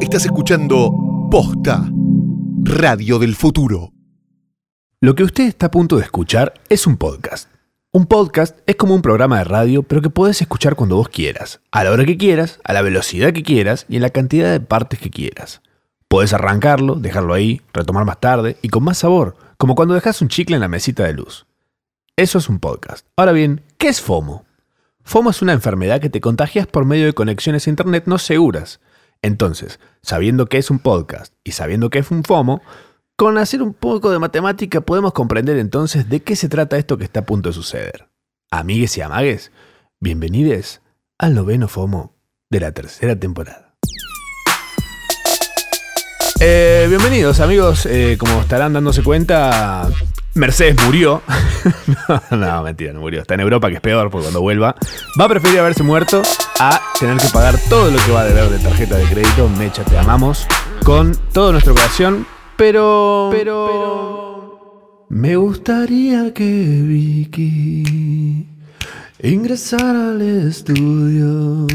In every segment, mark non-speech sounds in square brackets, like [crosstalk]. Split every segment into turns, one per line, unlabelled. Estás escuchando Posta, Radio del Futuro.
Lo que usted está a punto de escuchar es un podcast. Un podcast es como un programa de radio, pero que puedes escuchar cuando vos quieras, a la hora que quieras, a la velocidad que quieras y en la cantidad de partes que quieras. Puedes arrancarlo, dejarlo ahí, retomar más tarde y con más sabor, como cuando dejas un chicle en la mesita de luz. Eso es un podcast. Ahora bien, ¿qué es FOMO? FOMO es una enfermedad que te contagias por medio de conexiones a internet no seguras. Entonces, sabiendo que es un podcast y sabiendo que es un FOMO, con hacer un poco de matemática podemos comprender entonces de qué se trata esto que está a punto de suceder. Amigues y amagues, bienvenides al noveno FOMO de la tercera temporada. Eh, bienvenidos amigos, Eh, como estarán dándose cuenta, Mercedes murió. [laughs] no, no, mentira, no murió. Está en Europa, que es peor, porque cuando vuelva va a preferir haberse muerto a tener que pagar todo lo que va a deber de tarjeta de crédito. Mecha, te amamos con todo nuestro corazón, pero... Pero... Me gustaría que Vicky ingresara al estudio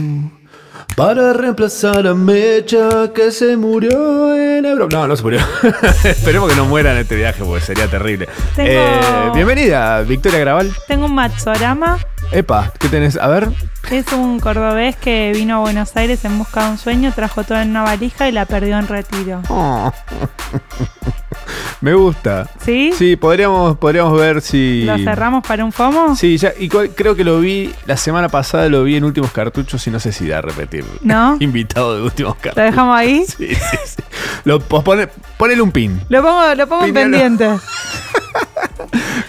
para reemplazar a Mecha que se murió en Europa. No, no se murió. [laughs] Esperemos que no muera en este viaje porque sería terrible.
Tengo-
Eh, bienvenida, Victoria Graval.
Tengo un machorama.
Epa, ¿qué tenés? A
[laughs]
ver.
Es un cordobés que vino a Buenos Aires en busca de un sueño, trajo todo en una valija y la perdió en retiro.
Oh. Me gusta.
¿Sí?
Sí, podríamos, podríamos ver si.
¿Lo cerramos para un
[laughs]
FOMO?
Sí, ya, y cual- creo que lo vi la semana pasada, lo vi en últimos cartuchos y no sé si da a repetir.
¿No?
Invitado de últimos
¿Lo
cartuchos.
dejamos ahí?
Sí, sí, sí. Lo pospone, ponele un pin.
Lo pongo, lo pongo en
Piñalo. [laughs]
pendiente.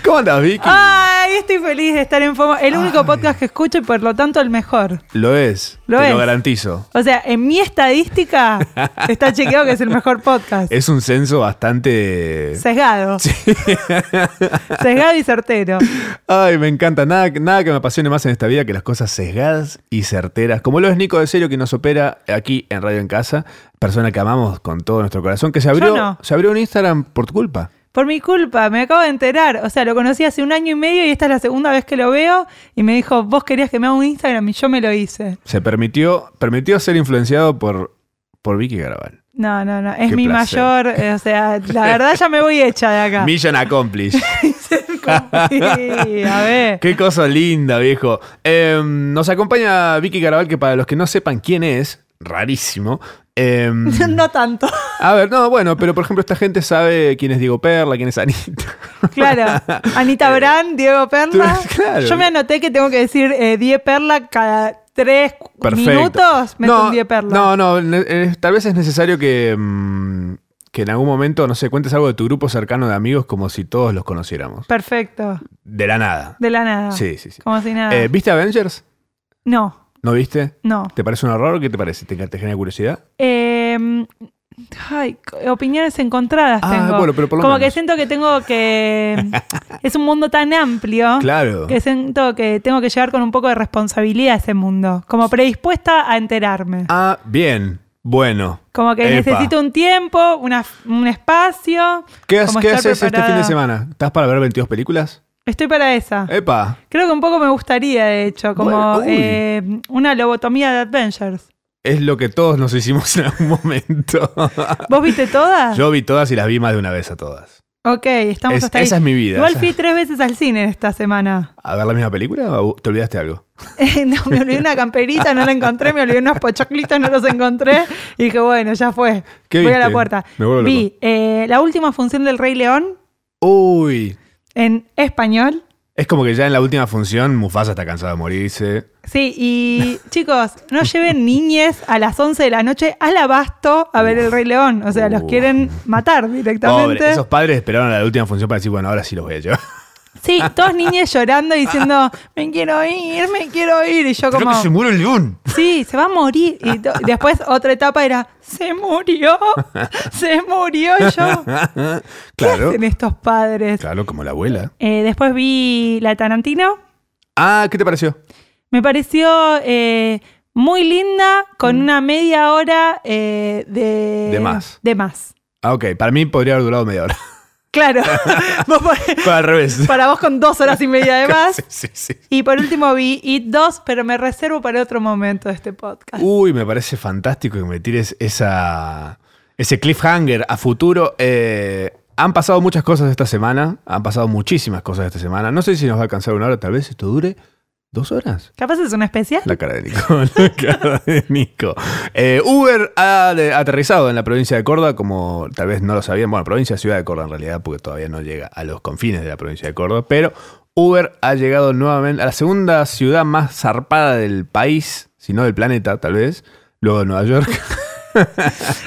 ¿Cómo andas, Vicky?
Ah. Ay, estoy feliz de estar en FOMO. El único
Ay.
podcast que escucho y por lo tanto el mejor.
Lo es.
Lo
te
es.
lo garantizo.
O sea, en
[laughs]
mi estadística está chequeado que es el mejor podcast.
Es un censo bastante.
Sesgado. Sesgado y certero.
Ay, me encanta. Nada, nada que me apasione más en esta vida que las cosas sesgadas y certeras. Como lo es Nico de Serio, que nos opera aquí en Radio en Casa. Persona que amamos con todo nuestro corazón. Que se abrió,
Yo no.
se abrió un Instagram por tu culpa.
Por mi culpa, me acabo de enterar. O sea, lo conocí hace un año y medio y esta es la segunda vez que lo veo. Y me dijo, vos querías que me haga un Instagram y yo me lo hice.
Se permitió, permitió ser influenciado por, por Vicky Garabal.
No, no, no. Es
Qué
mi
placer.
mayor. eh, o sea, la verdad ya me voy hecha de acá.
Mission accomplished.
[laughs] Sí, a
[laughs]
ver.
Qué cosa linda, viejo. Em, nos acompaña Vicky Garabal, que para los que no sepan quién es, rarísimo. em,
[laughs] No tanto.
A ver, no, bueno, pero por ejemplo, esta gente sabe quién es Diego Perla, quién es
[laughs]
Anita.
Claro.
[laughs]
Anita Brand, Diego
Eh,
Perla.
tú- [laughs] claro.
Yo me anoté que tengo que decir eh, Die Perla cada tres cu- minutos. Meto un Die Perla.
No, no, ne- eh, tal vez es necesario que, mm, que en algún momento, no sé, cuentes algo de tu grupo cercano de amigos como si todos los conociéramos.
Perfecto.
De la nada.
De la nada.
Sí, sí, sí.
Ah. Como si nada.
Eh, ¿Viste Avengers?
no,
¿No viste?
no.
¿Te parece un horror o qué te parece? ¿Te, te genera curiosidad?
Eh, ay, c- opiniones encontradas
Ah,
tengo.
bueno, pero por lo
Como
menos.
que siento que tengo
[laughs]
que. em, es un mundo tan amplio.
Claro.
Que siento que tengo que llegar con un poco de responsabilidad a ese mundo. Como predispuesta a enterarme.
Ah, bien. Bueno.
Como que
Epa.
necesito un tiempo, una f- un espacio.
¿Qué, has-
como
qué
estar
haces este
preparada.
fin de semana? ¿Estás para ver 22 películas?
Estoy para esa.
¡Epa!
Creo que un poco me gustaría, de hecho,
Eh.
como
Bueno, uy.
eh, una lobotomía de Adventures.
Es lo que todos nos hicimos en algún momento.
¿Vos viste
[laughs]
todas?
Yo vi todas y las vi más de una vez a todas.
ok, estamos
Es-
hasta ahí.
esa es mi vida.
Igual
esa-
fui tres veces al cine esta semana.
¿A ver la misma película o te olvidaste algo?
Eh, [laughs] no, me olvidé una camperita, no la encontré, me olvidé unos pochoclitos, no los encontré. Y dije, bueno, ya fue.
¿Qué
Voy a
viste?
la puerta.
Me vuelvo loco.
Vi eh, la última función del Rey León
Uy.
en español.
Es como que ya en la última función Mufasa está cansado de morirse.
Sí,
[laughs]
y chicos, no lleven niñes a las 11 de la noche al abasto a ver el Rey León. O sea, los
Uf.
quieren matar
Uh. Pobre,
directamente.
esos padres esperaron a la última función para decir, bueno, ahora sí los voy a llevar. [laughs]
Sí, todos niñes llorando y diciendo, me quiero ir, me quiero ir. Y yo como...
murió el león.
Sí, se va a morir. Y to- después otra etapa era, se [laughs] murió, se murió Y yo. ¿Qué
Claro.
hacen estos padres?
Claro, como la abuela.
Eh, después vi La Tarantino.
Ah, ¿qué te pareció?
Me pareció eh, muy linda con una media hora eh, de...
De más.
Mm. De más.
Ah, ok. Para mí podría haber durado media hora.
[laughs] Claro. Vos podés-
Fue al revés.
para vos con dos horas y media [laughs] de más.
[laughs] Sí, sí, sí.
Y por último vi It 2, pero me reservo para otro momento de este podcast.
Uy, me parece fantástico que me tires esa, ese cliffhanger a futuro. Eh, han pasado muchas cosas esta semana. Han pasado muchísimas cosas esta semana. No sé si nos va a alcanzar una hora, tal vez esto dure dos horas.
Capaz es una especial.
La cara de Nico. [laughs] La cara de Nico. Eh, Uber ha de- aterrizado en la provincia de Córdoba, como tal vez no lo sabían. Bueno, provincia, ciudad de Córdoba en realidad, porque todavía no llega a los confines de la provincia de Córdoba. Pero Uber ha llegado nuevamente a la segunda ciudad más zarpada del país, si no del planeta, tal vez. Luego de Nueva York.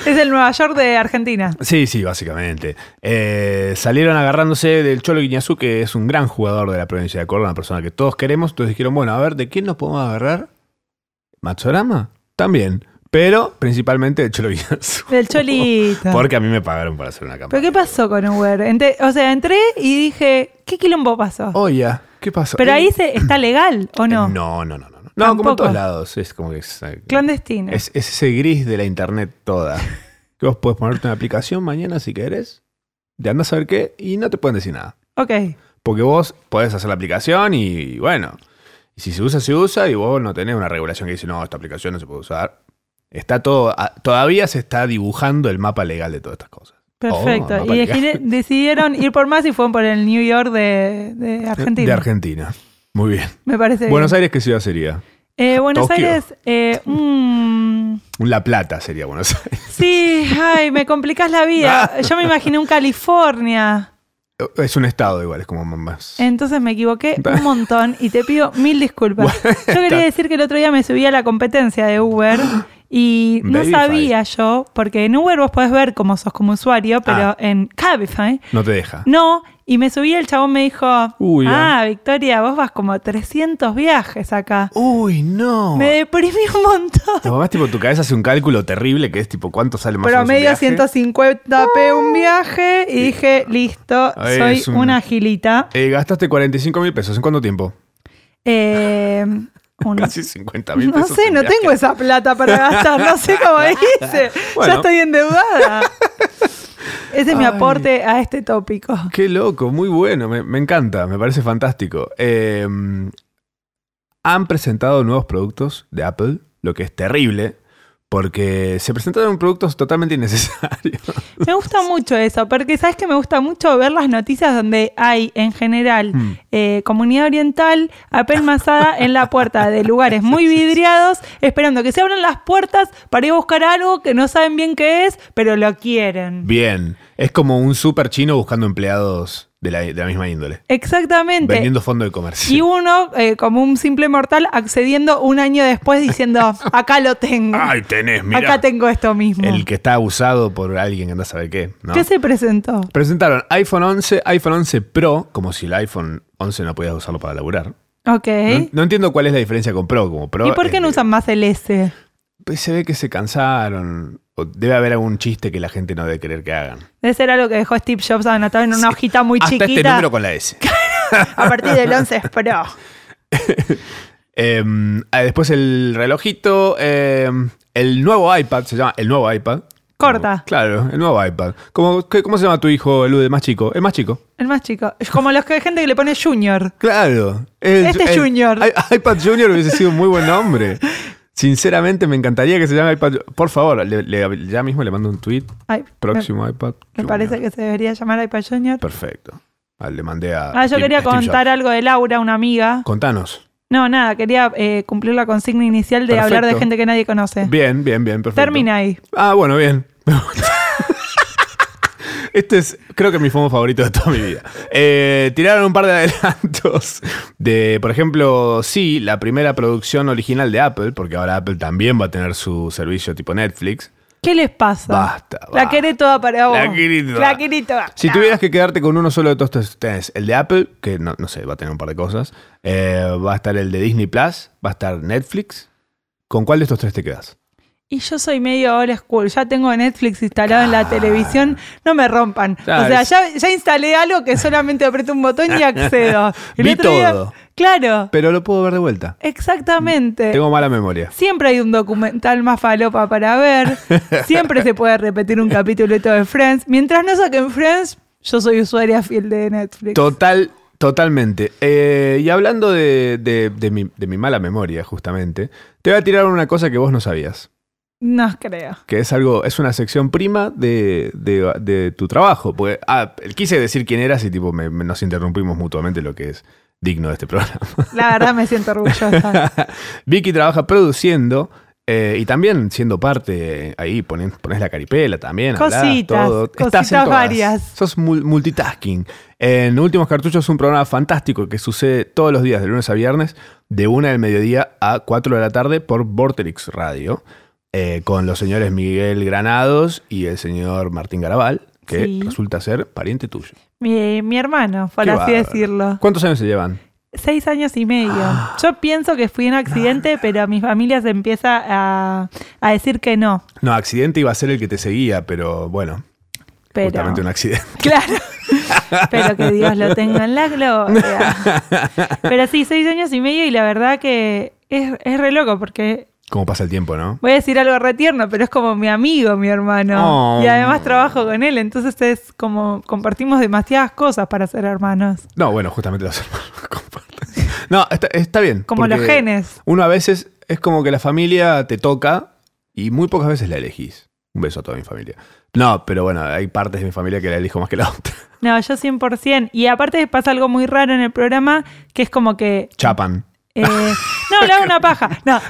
Es el Nueva York de Argentina.
Sí, sí, básicamente. Eh, salieron agarrándose del Cholo Guiñazú, que es un gran jugador de la provincia de Córdoba, una persona que todos queremos. Entonces dijeron, bueno, a ver, ¿de quién nos podemos agarrar? ¿Matsorama? También. Pero principalmente del Cholo Guiñazú.
[laughs] Del Cholito.
Porque a mí me pagaron para hacer una
¿Pero
campaña.
qué pasó con Uber? Ente- o sea, entré y dije, ¿qué quilombo pasó?
Oye, ¿qué pasó?
Pero ahí
Oh, Eh,
se, está legal, ¿o no?
No, no, no, no. No, No, como
Tampoco.
en todos lados. Es como que es, eh,
Clandestino.
es- es ese gris de la internet
[laughs]
toda. Que vos podés ponerte una aplicación mañana si querés, de andás a ver qué, y no te pueden decir nada.
Ok.
Porque vos podés hacer la aplicación y bueno, y si se usa, se usa y vos no tenés una regulación que dice, no, esta aplicación no se puede usar. Está todo, a- todavía se está dibujando el mapa legal de todas estas cosas.
Perfecto.
Oh, papá,
y
qué- [laughs]
decide- decidieron ir por más y fueron por el New York de, de Argentina.
De Argentina. Muy bien.
Me parece bien.
Buenos Aires, ¿qué ciudad sería?
Eh, Buenos
Tokio.
Aires, eh, mm,
La Plata sería Buenos Aires. [laughs]
sí, ay, me complicás la vida. Yo me imaginé un California.
Es un estado igual, es como más...
Entonces me equivoqué un montón y te pido mil disculpas.
[laughs]
Yo quería decir que el otro día me subí a la competencia de Uber
[gasps]
y no
Babyfy.
sabía yo, porque en Uber vos podés ver cómo sos como usuario, pero
Ah.
en Cabify
No te deja.
no. Y me subí y el chabón me dijo,
Uy,
ah, Victoria, vos vas como 300 viajes acá.
Uy, no.
Me deprimí un montón.
Tu mamá es tipo, tu cabeza hace un cálculo terrible que es tipo, ¿cuánto sale más o menos un
Promedio
viaje?
150 p un viaje y dije, listo,
Ay,
soy
es un-
una gilita.
Eh, gastaste 45 mil pesos. ¿En cuánto tiempo?
Eh, un-
[laughs] Casi 50 mil
No
pesos.
sé,
en
no
viaje.
tengo esa plata para gastar, no sé
[laughs]
cómo hice.
Bueno.
Ya estoy endeudada. Ese es mi
Ay.
aporte a este tópico.
Qué loco, muy bueno, me, me encanta, me parece fantástico. Eh, han presentado nuevos productos de Apple, lo que es terrible, porque se presentaron productos totalmente [laughs] innecesarios.
Me gusta mucho eso, porque sabes que me gusta mucho ver las noticias donde hay en general
Mm.
eh, comunidad oriental apelmazada en la puerta de lugares muy vidriados, esperando que se abran las puertas para ir a buscar algo que no saben bien qué es, pero lo quieren.
Bien, es como un super chino buscando empleados de la, de la misma índole,
Exactamente.
vendiendo fondo de
Y
comercio.
uno, eh, como un simple mortal, accediendo un año después
[laughs]
diciendo, acá lo tengo.
Ay, tenés,
acá
mira.
tengo esto mismo.
El que está abusado por alguien que anda a saber qué. ¿no?
¿Qué se presentó?
Presentaron iPhone 11, iPhone 11 Pro, como si el iPhone 11 no podías usarlo para laburar.
Ok.
No, no entiendo cuál es la diferencia con Pro. Como Pro
¿Eh? ¿Y por qué
es
no
de-
usan más el S?
Pues se ve que se cansaron. O debe haber algún chiste que la gente no debe querer que hagan.
Debe ser algo que dejó Steve Jobs anotado en una hojita muy
Hasta
chiquita
este número con la S. [laughs]
a partir del 11 es Pro.
Em, ah, después el relojito. em, el nuevo iPad, se llama el nuevo iPad.
Corta.
Como- claro, el nuevo iPad. Como, ¿qué- ¿Cómo se llama tu hijo, el más chico? El más chico.
El más chico. Es Como los que hay gente que le pone Junior.
Claro. El-
Este es
el-
Junior.
i- iPad Junior hubiese sido un muy buen nombre. [laughs] Sinceramente, me encantaría que se llame iPad. Por favor, le- le- ya mismo le mando un tweet.
Ay, me-
Próximo iPad.
Me,
Junior.
parece que se debería llamar iPad Junior.
Perfecto. Ah, le mandé a.
Ah, yo
Steve-
quería
Steve Jobs.
contar algo de Laura, una amiga.
Contanos.
No, nada, quería eh, cumplir la consigna inicial de hablar de
Perfecto.
gente que nadie conoce.
Bien, bien, bien, perfecto.
Eh. Termina ahí.
Ah, bueno, bien. [laughs] Este es, creo que mi fomo favorito de toda mi vida. Eh, tiraron un par de adelantos de, por ejemplo, sí, la primera producción original de Apple, porque ahora Apple también va a tener su servicio tipo Netflix.
¿Qué les pasa?
Basta,
La
basta.
queré toda para vos.
La querés toda.
La querés toda.
Si tuvieras que quedarte con uno solo de todos estos, tenés el de Apple, que no, no sé, va a tener un par de cosas, eh, va a estar el de Disney Plus, va a estar Netflix. ¿Con cuál de estos tres te quedas?
Y yo soy medio old school. Ya tengo Netflix instalado en la
Claro.
televisión. No me rompan.
Claro,
o sea,
es-
ya, ya instalé algo que solamente aprieto un botón
[laughs]
y accedo.
Vi
día-
todo.
Claro,
Pero lo puedo ver de vuelta.
exactamente.
Tengo mala memoria.
Siempre hay un documental más
[laughs]
falopa para ver. Siempre se puede repetir un capítulo de Friends. Mientras no saquen Friends, Yo soy usuaria fiel de Netflix.
Total, totalmente. Eh, y hablando de, de- de mi, de mi mala memoria, justamente, te voy a tirar una cosa que vos no sabías.
no creo.
Que es algo, es una sección prima de, de- de tu trabajo. Porque, ah, quise decir quién eras y tipo me- me- nos interrumpimos mutuamente lo que es digno de este programa.
La verdad me siento orgullosa.
Vicky trabaja produciendo eh, y también siendo parte eh, ahí, pones, pones la caripela también. hablás,
Cositas,
todo. Estás en
cositas
todas.
varias.
Sos mul- multitasking. En Últimos Cartuchos es un programa fantástico que sucede todos los días, de lunes a viernes, de una del mediodía a 4 de la tarde por Vorterix Radio, eh, con los señores Miguel Granados y el señor Martín Garabal, que
Sí.
resulta ser pariente tuyo.
Mi, mi hermano, por
Qué
así
bárbaro.
decirlo.
¿Cuántos años se llevan?
Seis años y medio.
Ah.
Yo pienso que fui en accidente, pero mi familia se empieza a, a decir que no.
No, accidente iba a ser el que te seguía, pero bueno,
Pero,
justamente un accidente. [laughs]
Claro. [laughs] Pero que Dios lo tenga en
[laughs]
la gloria. Pero sí, seis años y medio y la verdad que es, es re loco porque
¿Cómo pasa el tiempo, no?
voy a decir algo re tierno, pero es como mi amigo, mi hermano.
Oh.
Y además trabajo con él, entonces es como compartimos demasiadas cosas para ser hermanos.
No, bueno, justamente [laughs] los hermanos comparten. No, está, está bien.
Como los
porque
genes.
Uno a veces es como que la familia te toca y muy pocas veces la elegís. Un beso a toda mi familia. No, pero bueno, hay partes de mi familia que la elijo más que la otra. [laughs]
No, yo 100%. Y aparte pasa algo muy raro en el programa, que es como que
Chapan. [laughs]
Eh, no, le hago una paja. No.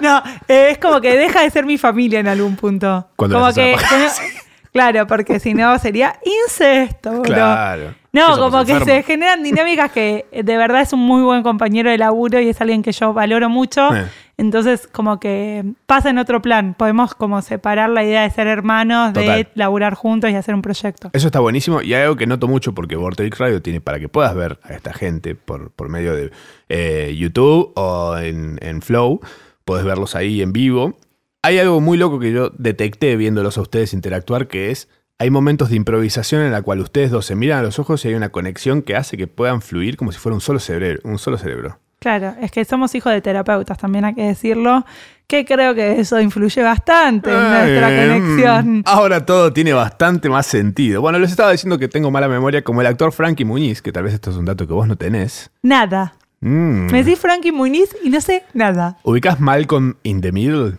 No, eh, es como que deja de ser mi familia en algún punto.
Cuando
como
le haces
que.
una paja,
que no-
[laughs]
claro, porque si no sería incesto, bro.
Claro.
No,
Eso
como
pasa
que se
enfermo.
generan dinámicas que eh, de verdad es un muy buen compañero de laburo y es alguien que yo valoro mucho.
Eh.
Entonces, como que pasa en otro plan. Podemos como separar la idea de ser hermanos, de
Total.
laburar juntos y hacer un proyecto.
Eso está buenísimo y hay algo que noto mucho porque Vortex Radio tiene para que puedas ver a esta gente por, por medio de eh, YouTube o en, en Flow, podés verlos ahí en vivo. Hay algo muy loco que yo detecté viéndolos a ustedes interactuar que es, hay momentos de improvisación en la cual ustedes dos se miran a los ojos y hay una conexión que hace que puedan fluir como si fuera un solo cerebro. Un solo cerebro.
Claro, es que somos hijos de terapeutas, también hay que decirlo, que creo que eso influye bastante en nuestra
Eh, mm,
conexión.
Ahora todo tiene bastante más sentido. Bueno, les estaba diciendo que tengo mala memoria como el actor Frankie Muñiz, que tal vez esto es un dato que vos no tenés.
Nada.
Mm.
Me decís Frankie Muniz y no sé nada.
¿Ubicás Malcolm in the Middle?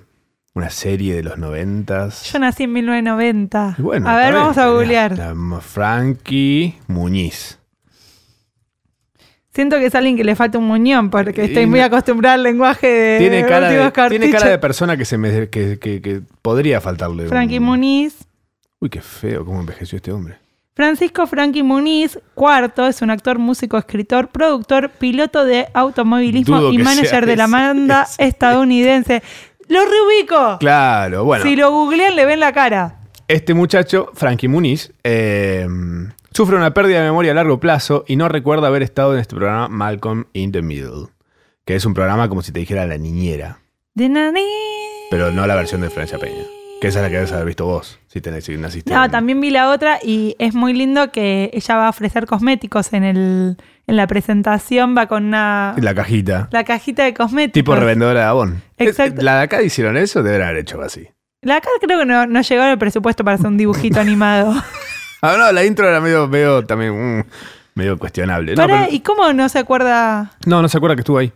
Una serie de los noventas.
Yo nací en 1990.
Y bueno,
a
tal
ver,
vez
vamos a
tenés
googlear.
la- Frankie Muñiz.
Siento que es alguien que le falta un muñón porque
Y
estoy muy
no-
acostumbrada al lenguaje de
Tiene cara,
Eh,
de, tiene
últimos cartuchos.
cara de persona que se me que, que- que podría faltarle. un-
Frankie Muniz.
Uy, qué feo, cómo envejeció este hombre.
Francisco Frankie Muniz, cuarto, es un actor, músico, escritor, productor, piloto de automovilismo
Dudo
y
que sea
manager de la
ese,
banda
ese.
estadounidense. ¡Lo reubico!
Claro, bueno.
Si lo googlean, le ven la cara.
Este muchacho, Frankie Muniz, eh, sufre una pérdida de memoria a largo plazo y no recuerda haber estado en este programa Malcolm in the Middle, que es un programa como si te dijera la niñera.
De nani.
Pero no la versión de Francia Peña. Que esa es este. la que debes haber visto vos, si tenés si naciste
No,
en-
también vi la otra y es muy lindo que ella va a ofrecer cosméticos en, el, en la presentación. Va con una,
en
la,
la cajita.
cajita de cosméticos.
Tipo revendedora de Avon.
Exacto.
Eh, ¿La de acá hicieron eso? Deben haber hecho así.
La cara creo que no, no llegó al presupuesto para hacer
[laughs]
un dibujito animado.
Ah, no, la intro era medio, medio también mm, medio cuestionable. No,
Pará,
pero-
¿y cómo no se acuerda?
no, no se acuerda que estuvo ahí.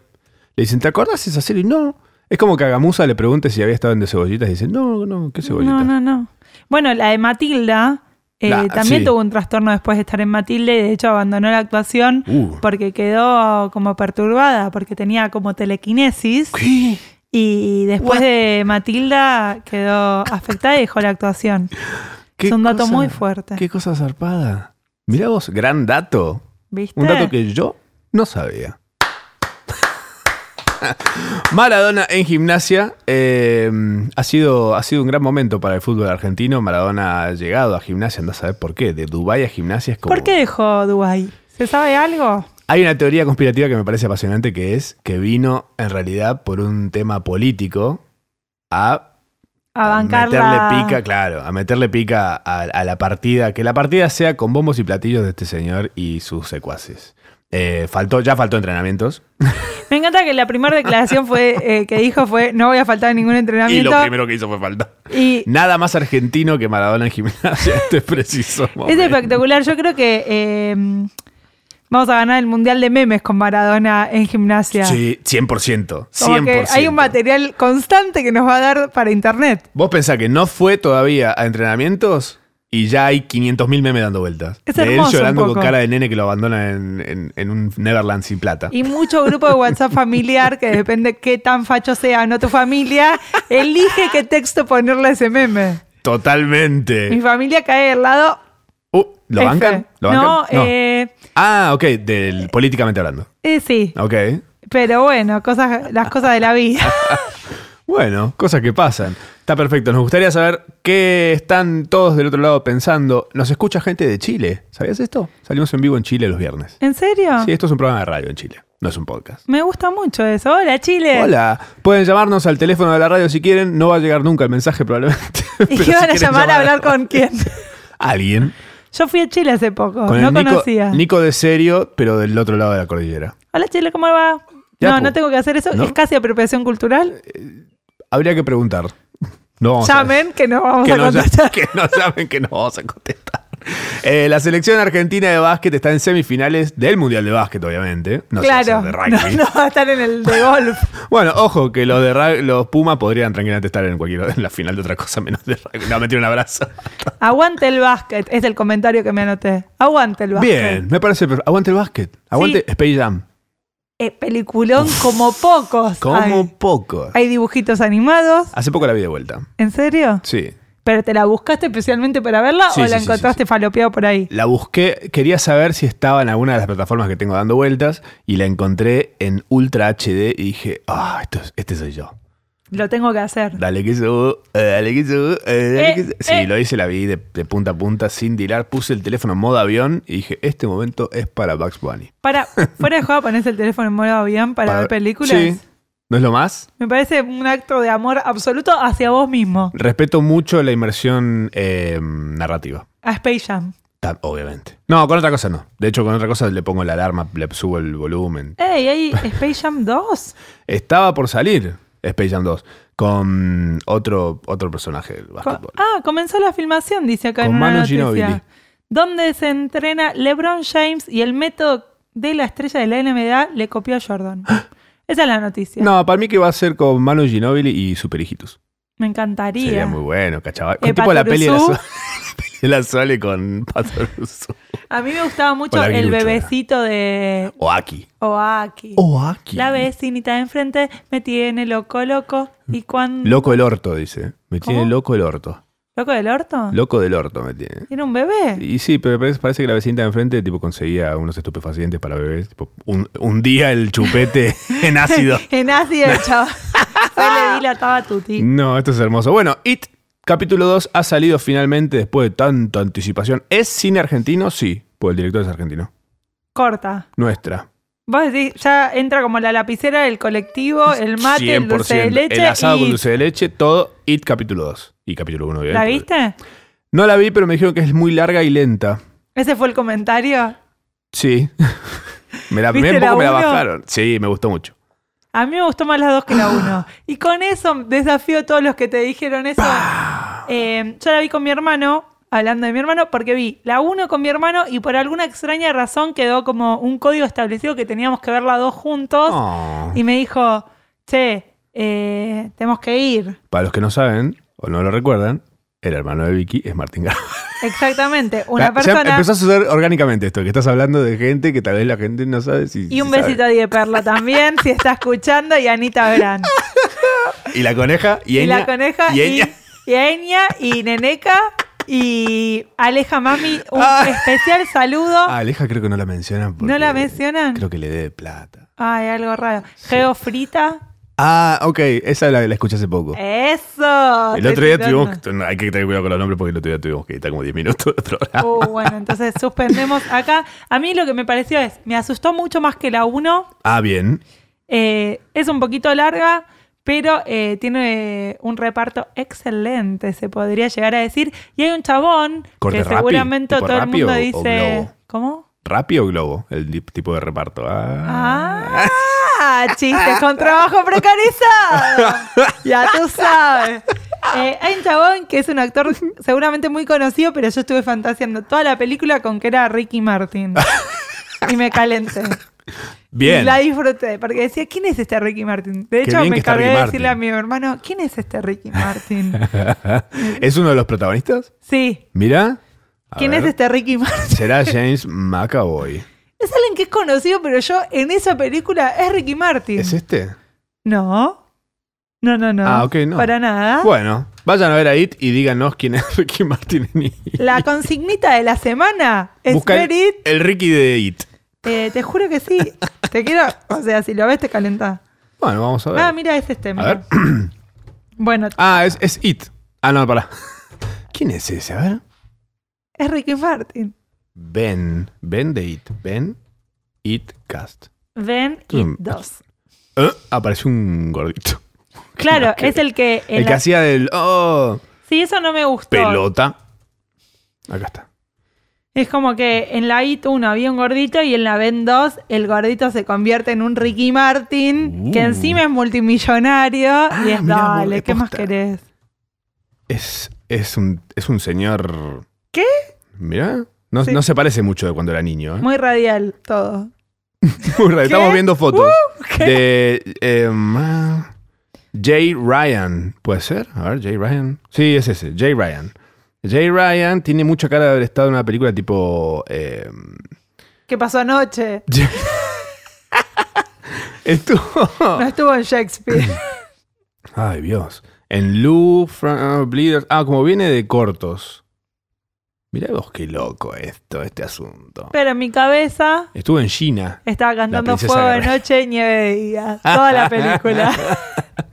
Le dicen, ¿te acordás esa serie? No. Es como que a Gamusa le pregunte si había estado en De Cebollitas y dice, no, no, ¿qué Cebollitas?
No, no, no. Bueno, la de Matilda eh,
La-
también
sí.
tuvo un trastorno después de estar en Matilda y de hecho abandonó la actuación
Uh.
porque quedó como perturbada, porque tenía como telequinesis.
¿Qué?
Y después de Matilda quedó afectada y dejó la actuación.
¿Qué
es un dato
cosa-
muy fuerte.
Qué cosa zarpada. Mirá vos, gran dato.
¿Viste?
Un dato que yo no sabía. [laughs] Maradona en gimnasia eh, ha, sido, ha sido un gran momento para el fútbol argentino. Maradona ha llegado a gimnasia, anda a saber por qué. De Dubái a gimnasia es como.
¿Por qué dejó Dubái? ¿Se sabe algo?
Hay una teoría conspirativa que me parece apasionante que es que vino en realidad por un tema político a,
A bancar
meterle
la-
pica, claro, a meterle pica a, a la partida, que la partida sea con bombos y platillos de este señor y sus secuaces. Eh, faltó, ya faltó entrenamientos,
Me encanta que la primera declaración fue, eh, que dijo fue no voy a faltar a ningún
Y
entrenamiento.
lo primero que hizo fue falta.
Y
Nada más argentino que Maradona en gimnasia. [laughs] Este preciso.
es
momento.
espectacular. Yo creo que eh, vamos a ganar el Mundial de Memes con Maradona en gimnasia.
Sí, 100%. 100%.
Como que hay un material constante que nos va a dar para internet.
Vos pensás que no fue todavía a entrenamientos y ya hay 500.000 memes dando vueltas.
Es
de él
hermoso un
llorando
poco.
con cara de nene que lo abandona en, en- en un Neverland sin plata.
Y mucho grupo de WhatsApp familiar que depende qué tan facho sea o no tu familia, elige qué texto ponerle a ese meme. Mi
Totalmente.
familia cae del lado.
Uh, ¿Lo
F.
bancan? ¿Lo bancan?
No, eh,
Ah, ok, del políticamente hablando.
eh, sí.
Ok.
Pero bueno, cosas, las cosas de la vida.
Bueno, cosas que pasan. Está perfecto. Nos gustaría saber qué están todos del otro lado pensando. Nos escucha gente de Chile. ¿Sabías esto? Salimos en vivo en Chile los viernes.
¿En serio?
Sí, esto es un programa de radio en Chile. No es un podcast.
Me gusta mucho eso. Hola, Chile.
Hola, pueden llamarnos al teléfono de la radio si quieren, no va a llegar nunca el mensaje probablemente.
[laughs] ¿Y
Pero
qué van
si
a
quieren
llamar a hablar
[laughs]
con quién?
alguien.
Yo fui a Chile hace poco,
Con
Oh, no
el Nico,
conocía.
Nico de serio, pero del otro lado de la cordillera.
Hola, Chile, ¿cómo va?
Ya,
no,
po.
no tengo que hacer eso.
¿No?
Es casi apropiación cultural.
Habría que preguntar. No vamos a-
Llamen, que no vamos
que
a
no llamen,
[laughs]
[laughs]
contestar.
que no llamen, que no vamos a contestar. Eh, la selección argentina de básquet está en semifinales del Mundial de Básquet, obviamente. No se
claro.
hace de
no,
rugby.
no va a estar en el de golf.
[laughs] Bueno, ojo, que los de rug- los Pumas podrían tranquilamente estar en cualquier [laughs] en la final de otra cosa menos de rugby. No, metieron un
[laughs]
abrazo.
Aguante el básquet. Es el comentario que me anoté. Aguante el básquet.
Bien, me parece. perfe- Aguante el básquet. Aguante Space Jam.
Eh, peliculón como pocos.
Como
Hay,
poco.
hay dibujitos animados.
Hace poco la vi de vuelta.
¿En serio?
Sí.
¿Pero te la buscaste especialmente para verla
Sí,
o
sí,
la
sí, sí,
encontraste falopeado por ahí?
La busqué, quería saber si estaba en alguna de las plataformas que tengo dando vueltas y la encontré en Ultra HD y dije, ah, esto es- este soy yo.
Lo tengo que hacer.
Dale que subo, eh, dale que subo, eh, dale
Eh,
que subo. Sí,
eh.
lo hice, la vi de, de punta a punta sin dilar, puse el teléfono en modo avión y dije, este momento es para Bugs Bunny. [laughs]
Para, fuera de juego pones el teléfono en modo avión para, ver películas.
Sí. ¿No es lo más?
Me parece un acto de amor absoluto hacia vos mismo.
Respeto mucho la inmersión eh, narrativa.
A Space
[laughs]
Jam.
Ta- Obviamente. No, con otra cosa no. De hecho, con otra cosa le pongo la alarma, le subo el volumen.
¡Ey, hay Space Jam 2!
Estaba por salir Space Jam 2 con otro, otro personaje del
Co-
básquetbol.
ah, comenzó la filmación, dice acá en
Con
una
Manu
noticia.
Ginóbili.
Donde se entrena LeBron James y el método de la estrella de la NBA le copió a
[gasps]
Jordan. Esa es la noticia.
No, para mí que va a ser con Manu Ginobili y Superhijitos.
Me encantaría.
Sería muy bueno, cachaba.
Eh,
Con tipo la peli
Patoruzú.
de la, so- [laughs] la peli de la Sole con Patoruzú.
A mí me gustaba mucho
Hola,
el
Guirucho,
bebecito de
O Aki.
Oaki.
O Aki.
La vecinita de enfrente me tiene loco, loco. Y cuando.
Loco el orto, dice. Me
¿Cómo?
tiene loco el orto.
¿Loco del orto?
Loco del orto me tiene.
¿Era un bebé?
Y sí, pero parece, parece que la vecina de enfrente tipo conseguía unos estupefacientes para bebés. Tipo, un, un día el chupete en ácido.
[laughs] En Asia,
[laughs]
el chaval. Se le dilataba tu tío.
No, esto es hermoso. Bueno, It, capítulo 2, ha salido finalmente después de tanta anticipación. ¿Es cine argentino? Sí, pues el director es argentino.
Corta.
Nuestra.
Vos decís, ya entra como la lapicera, el colectivo, el mate, el dulce de leche.
El asado
y-
con dulce de leche, todo It, capítulo 2. Y capítulo 1,
¿La viste?
No la vi, pero me dijeron que es muy larga y lenta.
Ese fue el comentario.
Sí. [laughs] me la,
¿Viste
me, un poco
la
me la
uno?
bajaron. Sí, me gustó mucho.
A mí me gustó más las dos que la uno. Y con eso desafío a todos los que te dijeron eso. Eh, yo la vi con mi hermano, hablando de mi hermano, porque vi la uno con mi hermano y por alguna extraña razón quedó como un código establecido que teníamos que ver las dos juntos.
Oh.
Y me dijo, che, eh, tenemos que ir.
Para los que no saben o no lo recuerdan, el hermano de Vicky es Martín Garabal.
Exactamente, una
O sea,
persona.
empezó a suceder orgánicamente esto, que estás hablando de gente que tal vez la gente no sabe si.
Y un
si sabe.
besito a Die Perla también, si está escuchando, y a Anita Brand.
Y la coneja, y,
Y
Enya,
la coneja,
y
y,
Enya.
y Enya, y Neneca, y Aleja Mami, un
Ah.
especial saludo.
Ah, Aleja creo que no la mencionan. porque
¿No la mencionan?
Creo que le dé plata.
Ay, algo raro. Geo Frita.
Ah, ok, esa la, la escuché hace
Eh,
poco.
Eso.
el otro día
Estoy
tuvimos.
tirando.
Hay que tener cuidado con los nombres porque el otro día tuvimos que editar como 10 minutos de programa. [laughs]
Uh, bueno, entonces suspendemos acá. A mí lo que me pareció es, me asustó mucho más que la 1.
Ah, bien.
Eh, es un poquito larga, pero eh, tiene eh, un reparto excelente, se podría llegar a decir. Y hay un chabón
Corte
que
Rappi,
seguramente
tipo
todo el
Rappi
mundo
o- o
dice.
Globo.
¿Cómo?
¿Rappi o Globo? El di- tipo de reparto. Ah.
Ah, Ah, chistes con trabajo
[laughs]
precarizado. Ya tú sabes. Eh, hay un chabón que es un actor seguramente muy conocido, pero yo estuve fantaseando toda la película con que era Ricky Martin. Y me calenté. Y
Bien.
la disfruté, porque decía, ¿quién es este Ricky Martin? De
Qué
hecho,
bien que
me
está
encargué
Ricky
de decirle a
Martin.
mi hermano, ¿quién es
[laughs]
este Ricky Martin?
[laughs] ¿Es uno de los protagonistas?
Sí.
Mira. A
¿Quién
ver.
es este Ricky Martin? [laughs]
Será James McAvoy.
Es alguien que es conocido, pero yo en esa película es Ricky Martin.
¿Es este?
No. No, no, no.
Ah, ok, no.
Para nada.
Bueno, vayan a ver a It y díganos quién es [laughs] Ricky Martin en It. [laughs]
La consignita de la semana es
Busca el,
ver it.
el Ricky de It.
Eh, te
[laughs]
juro que sí. Te quiero. O sea, si lo ves, te calentás.
Bueno, vamos a ver.
Ah, mira, es este.
A
mira.
ver. [clears throat]
Bueno,
Ah, es, es It. Ah, no, pará. [laughs] ¿Quién es ese? A ver.
es Ricky Martin.
Ben. Ben de It. Ben It Cast.
Ven
Tú-
y dos.
Eh, Apareció un gordito. [laughs]
Claro,
que-
es el que. en
El que
la-
hacía del. Oh,
Sí, eso no me gustó.
pelota. Acá está.
Es como que en la IT 1 había un gordito y en la Ben 2 el gordito se convierte en un Ricky Martin, que
Uh. Ah,
encima es multimillonario. y es,
mirá,
dale,
boludo,
¿qué más
posta.
querés?
Es, es, un, es un señor.
¿Qué?
Mirá. No,
Sí.
no se parece mucho de cuando era niño. [laughs] ¿eh?
Muy radial todo.
Muy raro. Estamos
¿Qué? Uh,
viendo fotos
¿qué?
de eh, ma- Jay Ryan. ¿Puede ser? A ver, Jay Ryan. Sí, es ese, Jay Ryan. Jay Ryan tiene mucha cara de haber estado en una película tipo. eh,
¿Qué pasó anoche?
[laughs] estuvo.
No estuvo en
[laughs]
Shakespeare.
Ay, Dios. En Lou, Fra- ah, Bleeders. Ah, como viene de cortos. Mirá vos qué loco esto, este asunto.
Pero en mi cabeza
Estuvo en China.
estaba cantando
princesa
Fuego de
guerrera.
Noche, Nieve de Día. Toda la película.
[laughs]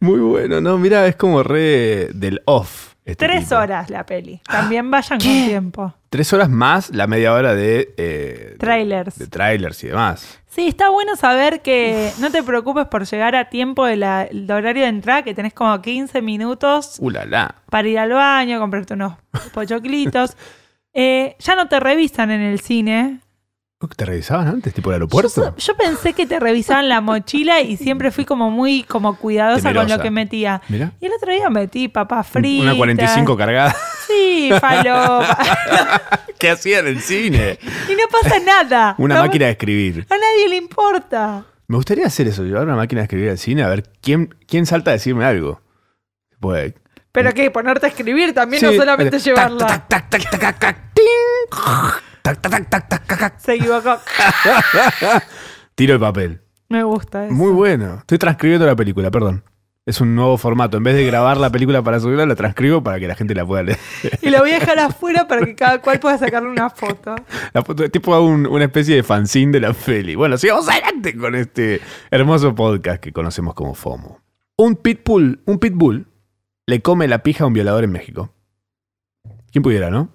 Muy bueno, ¿no? Mirá, es como re del off. este
Tres
tipo.
horas la peli. También vayan con tiempo.
Tres horas más la media hora de. eh, de-
Trailers.
De trailers y demás.
Sí, está bueno saber que no te preocupes por llegar a tiempo del horario de entrada, que tenés como 15 minutos
Uh, la, la.
para ir al baño, comprarte unos
[laughs]
pochoclitos. Eh, ya no te revisan en el cine.
Uh, ¿Te revisaban antes? ¿Tipo el
Yo,
aeropuerto?
so- yo pensé que te revisaban la mochila y siempre fui como muy como cuidadosa con
Temerosa.
lo que metía.
Mirá.
Y el otro día metí papas
Un-
fritas.
Una 45 cargada.
Sí, falopa.
[laughs] ¿Qué hacía en el cine?
y no pasa nada.
Una
No-
máquina de escribir.
A nadie le importa.
Me gustaría hacer eso, llevar una máquina de escribir al cine a ver quién, quién salta a decirme algo. Pues,
Pero que ponerte a escribir también, no
sí,
solamente
tac,
llevarla.
Tac, tac, tac, tac, tac, tac, ting. Tac, tac, tac, tac, tac, tac, tac.
Se equivocó.
Tiro el papel.
Me gusta eso.
Muy bueno. Estoy transcribiendo la película, perdón. Es un nuevo formato. En vez de grabar la película para subirla, la transcribo para que la gente la pueda leer.
Y la voy a dejar afuera para que cada cual pueda sacarle una foto.
La foto- tipo hago un- una especie de fanzine de la peli. Bueno, sigamos adelante con este hermoso podcast que conocemos como FOMO. Un pitbull, un pitbull le come la pija a un violador en México. ¿Quién pudiera, no?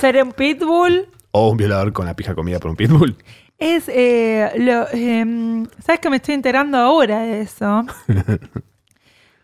Ser un pitbull
O un violador con la pija comida por un pitbull.
es. eh, lo, em, ¿Sabes que me estoy enterando ahora de eso?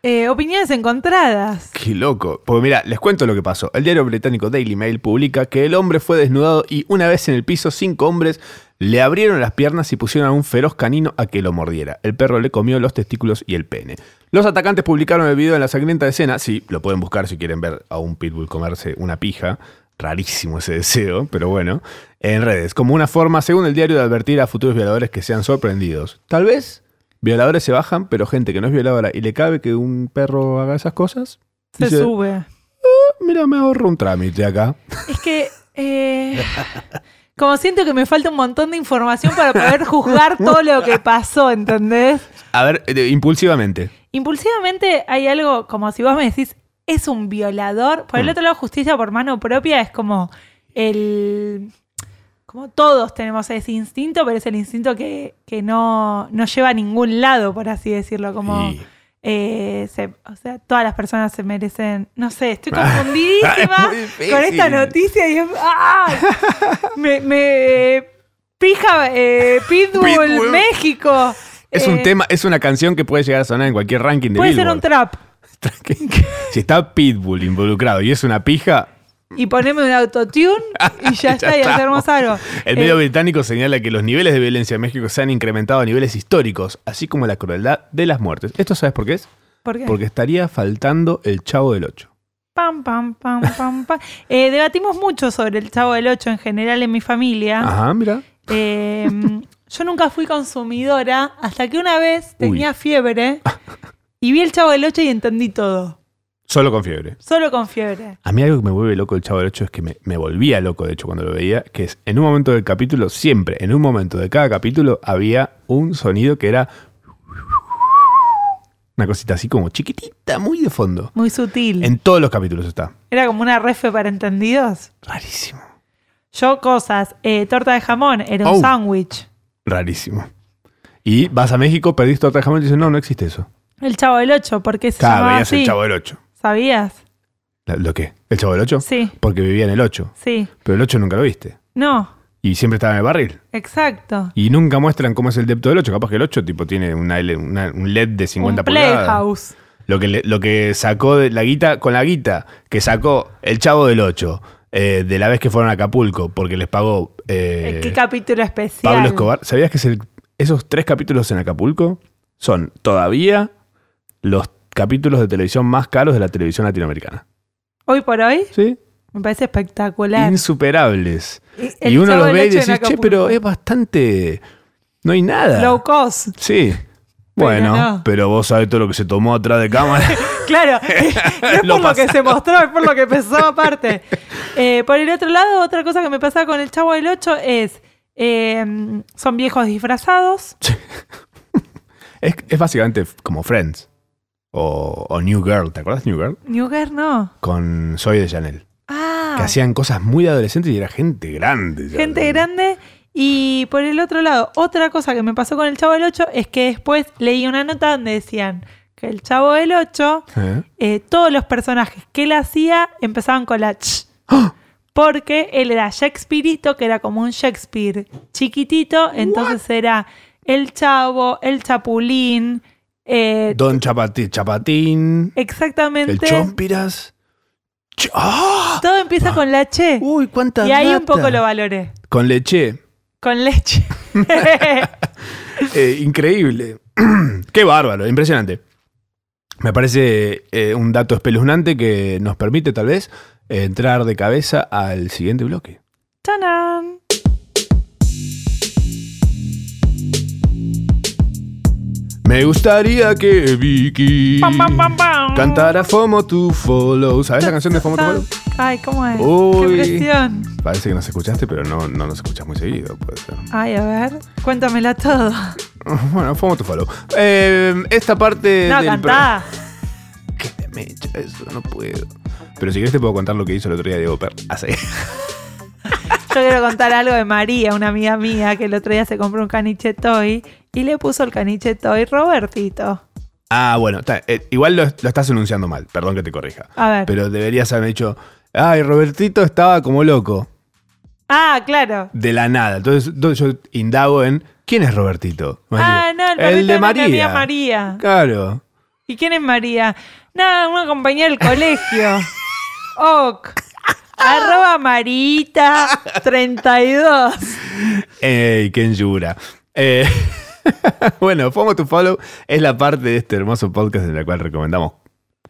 Eh, opiniones encontradas.
Qué loco. Pues mira, les cuento lo que pasó. El diario británico Daily Mail publica que el hombre fue desnudado y una vez en el piso, cinco hombres le abrieron las piernas y pusieron a un feroz canino a que lo mordiera. El perro le comió los testículos y el pene. Los atacantes publicaron el video en la sangrienta escena. Sí, lo pueden buscar si quieren ver a un pitbull comerse una pija. Rarísimo ese deseo, pero bueno. En redes, como una forma, según el diario, de advertir a futuros violadores que sean sorprendidos. Tal vez violadores se bajan, pero gente que no es violadora y le cabe que un perro haga esas cosas,
Se
Dice-
sube.
Mira, me ahorro un trámite acá.
Es que. eh, como siento que me falta un montón de información para poder juzgar todo lo que pasó, ¿entendés?
A ver, eh, impulsivamente.
Impulsivamente hay algo como si vos me decís, es un violador.
Mm.
Por el otro lado, justicia por mano propia es como el. Como todos tenemos ese instinto, pero es el instinto que, que no, no lleva a ningún lado, por así decirlo. Como.
Y-
eh, se- o sea, todas las personas se merecen. No
[laughs]
sé, estoy
Ah,
confundidísima
es muy difícil.
con esta noticia y es. ¡ay! Me. me- pija
[laughs]
eh, Pitbull,
Pitbull.
México.
Es
Eh,
un tema, es una canción que puede llegar a sonar en cualquier ranking de [laughs]
Puede ser un
Billboard.
trap.
si está Pitbull involucrado y es una pija,
y poneme un autotune
[laughs]
y ya, está, y
estamos. [laughs]
hacemos algo.
El
Eh,
medio británico señala que los niveles de violencia en México se han incrementado a niveles históricos, así como la crueldad de las muertes. ¿Esto sabes por qué es?
¿Por qué?
Porque estaría faltando el chavo del 8.
Pam, pam, pam, pam, pam. Eh, debatimos mucho sobre el Chavo del Ocho en general en mi familia.
Ajá, mira. [laughs]
Eh, yo nunca fui consumidora hasta que una vez tenía fiebre y vi el Chavo del Ocho y entendí todo.
Solo con fiebre.
Solo con fiebre.
A mí algo que me vuelve loco el Chavo del 8 es que me, me volvía loco, de hecho, cuando lo veía, que es en un momento del capítulo, siempre, en un momento de cada capítulo, había un sonido que era una cosita así como chiquitita, muy de fondo.
Muy sutil.
En todos los capítulos está.
Era como una refe para entendidos.
Rarísimo.
Yo cosas, eh, torta de jamón, era un
Oh.
sándwich.
Rarísimo. Y vas a México, pedís torta de jamón y dices, no, no existe eso.
El Chavo del Ocho, ¿por qué se
Claro,
llamaba
veías
así?
el Chavo del 8.
¿Sabías?
¿Lo qué? ¿El Chavo del 8?
Sí,
Porque vivía en el 8.
sí.
Pero el 8 nunca lo viste.
No,
Y siempre estaba en el barril.
exacto.
Y nunca muestran cómo es el depto del 8. Capaz que el 8 tipo, tiene una L- una- un LED de 50
un
pulgadas.
playhouse.
Lo que, le- lo que sacó de la guita, con la guita que sacó el chavo del 8 eh, de la vez que fueron a Acapulco porque les pagó eh,
Eh, ¿Qué capítulo especial?
Pablo Escobar. ¿Sabías que es el- esos tres capítulos en Acapulco son todavía los capítulos de televisión más caros de la televisión latinoamericana?
Hoy por hoy
¿Sí?
me parece espectacular.
Insuperables.
El
y uno
Chavo
los
del
ve y
Ocho en
dice, che,
Acapulco".
pero es bastante. No hay nada.
Low cost.
Sí. Bueno,
no.
pero vos sabés todo lo que se tomó atrás de
[laughs]
cámara. [laughs]
Claro, no es
Lo
por lo que
pasa.
se mostró, es por lo que pesó aparte. Eh, por el otro lado, otra cosa que me pasa con el Chavo del 8 es, eh, son viejos disfrazados.
es, es básicamente como Friends. O, o New Girl. ¿Te acuerdas New Girl?
New Girl no.
Con Soy de Chanel.
Ah,
Que hacían cosas muy de adolescentes y era gente grande. ya.
gente grande. Y por el otro lado, otra cosa que me pasó con el Chavo del 8 es que después leí una nota donde decían que el Chavo del 8
¿Eh?
eh, todos los personajes que él hacía empezaban con la ch.
¡Ah!
Porque él era Shakespeareito, que era como un Shakespeare chiquitito, entonces era el chavo, el chapulín, eh,
Don Chapati- Chapatín. El
exactamente.
Chompiras. Ch- ¡Ah!
Todo empieza con la che.
Uy, cuánta
Y ahí un
data.
poco lo valoré.
Con leche.
Con
[laughs]
leche.
Eh, increíble. [clears throat] Qué bárbaro, impresionante. Me parece eh, un dato espeluznante que nos permite tal vez eh, entrar de cabeza al siguiente bloque.
¡Tanán!
Me gustaría que Vicky
¡Pam, pam, pam, pam!
cantara FOMO to Follow. ¿Sabes la canción de FOMO to Follow?
Ay, ¿cómo es?
Uy.
¡Qué presión!
Parece que nos escuchaste, pero no, no nos escuchas muy seguido, puede ser. [laughs]
Ay, a ver, cuéntamela todo.
Bueno, FOMO to Follow. Eh, esta parte
No,
del
cantá.
que te me echa eso, no puedo. Pero si querés te puedo contar lo que hizo el otro día Diego Ah, Per. [laughs] Hace-
Yo quiero contar algo de María, una amiga mía, que el otro día se compró un caniche toy y le puso el caniche toy Robertito.
Ah, bueno, está, eh, igual lo, lo estás enunciando mal, perdón que te corrija.
A ver.
Pero deberías haber dicho, ay, Robertito estaba como loco,
Ah, claro.
de la nada. Entonces, entonces yo indago en, ¿quién es Robertito? Me
Ah,
digo,
no, el, perrito
el de
era mi amiga
María.
María.
Claro.
¿Y quién es María? No, una compañera
[laughs]
del colegio. Ok. Arroba Marita 32.
Ey, qué enjura. Eh, [laughs] bueno, Fomo to Follow es la parte de este hermoso podcast en la cual recomendamos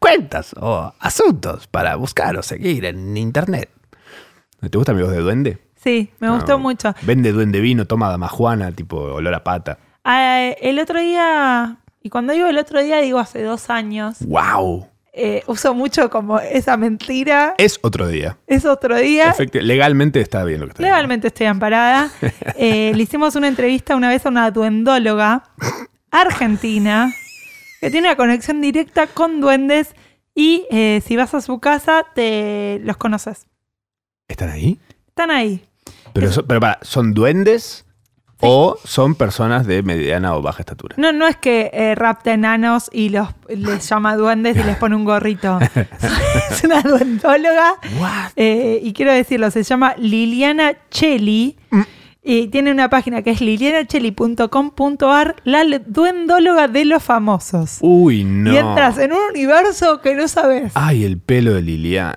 cuentas o asuntos para buscar o seguir en internet. ¿Te gusta mi voz de duende?
Sí, me gustó
No.
mucho.
Ah, Vende duende vino, toma damajuana, tipo olor a pata.
Ah, el otro día, y cuando digo el otro día, digo hace dos años,
¡Wow!
eh, uso mucho como esa mentira.
Es otro día.
Es otro día.
Efecti- legalmente está bien lo que está diciendo.
Legalmente estoy amparada. Eh, le hicimos una entrevista una vez a una duendóloga argentina que tiene una conexión directa con duendes y eh, si vas a su casa te los conoces.
¿Están ahí?
Están ahí.
Pero, son- pero para, ¿son duendes o son personas de mediana o baja estatura?
No, no es que eh, rapta enanos y los, les llama duendes y les pone un gorrito. [laughs] es una duendóloga
What?
Eh, y quiero decirlo, se llama Liliana Cheli.
Mm.
Y tiene una página que es lilianacheli.com.ar, la le- duendóloga de los famosos.
Uy, no. Ah.
Y entras en un universo que no sabes.
Ay, el pelo de Liliana.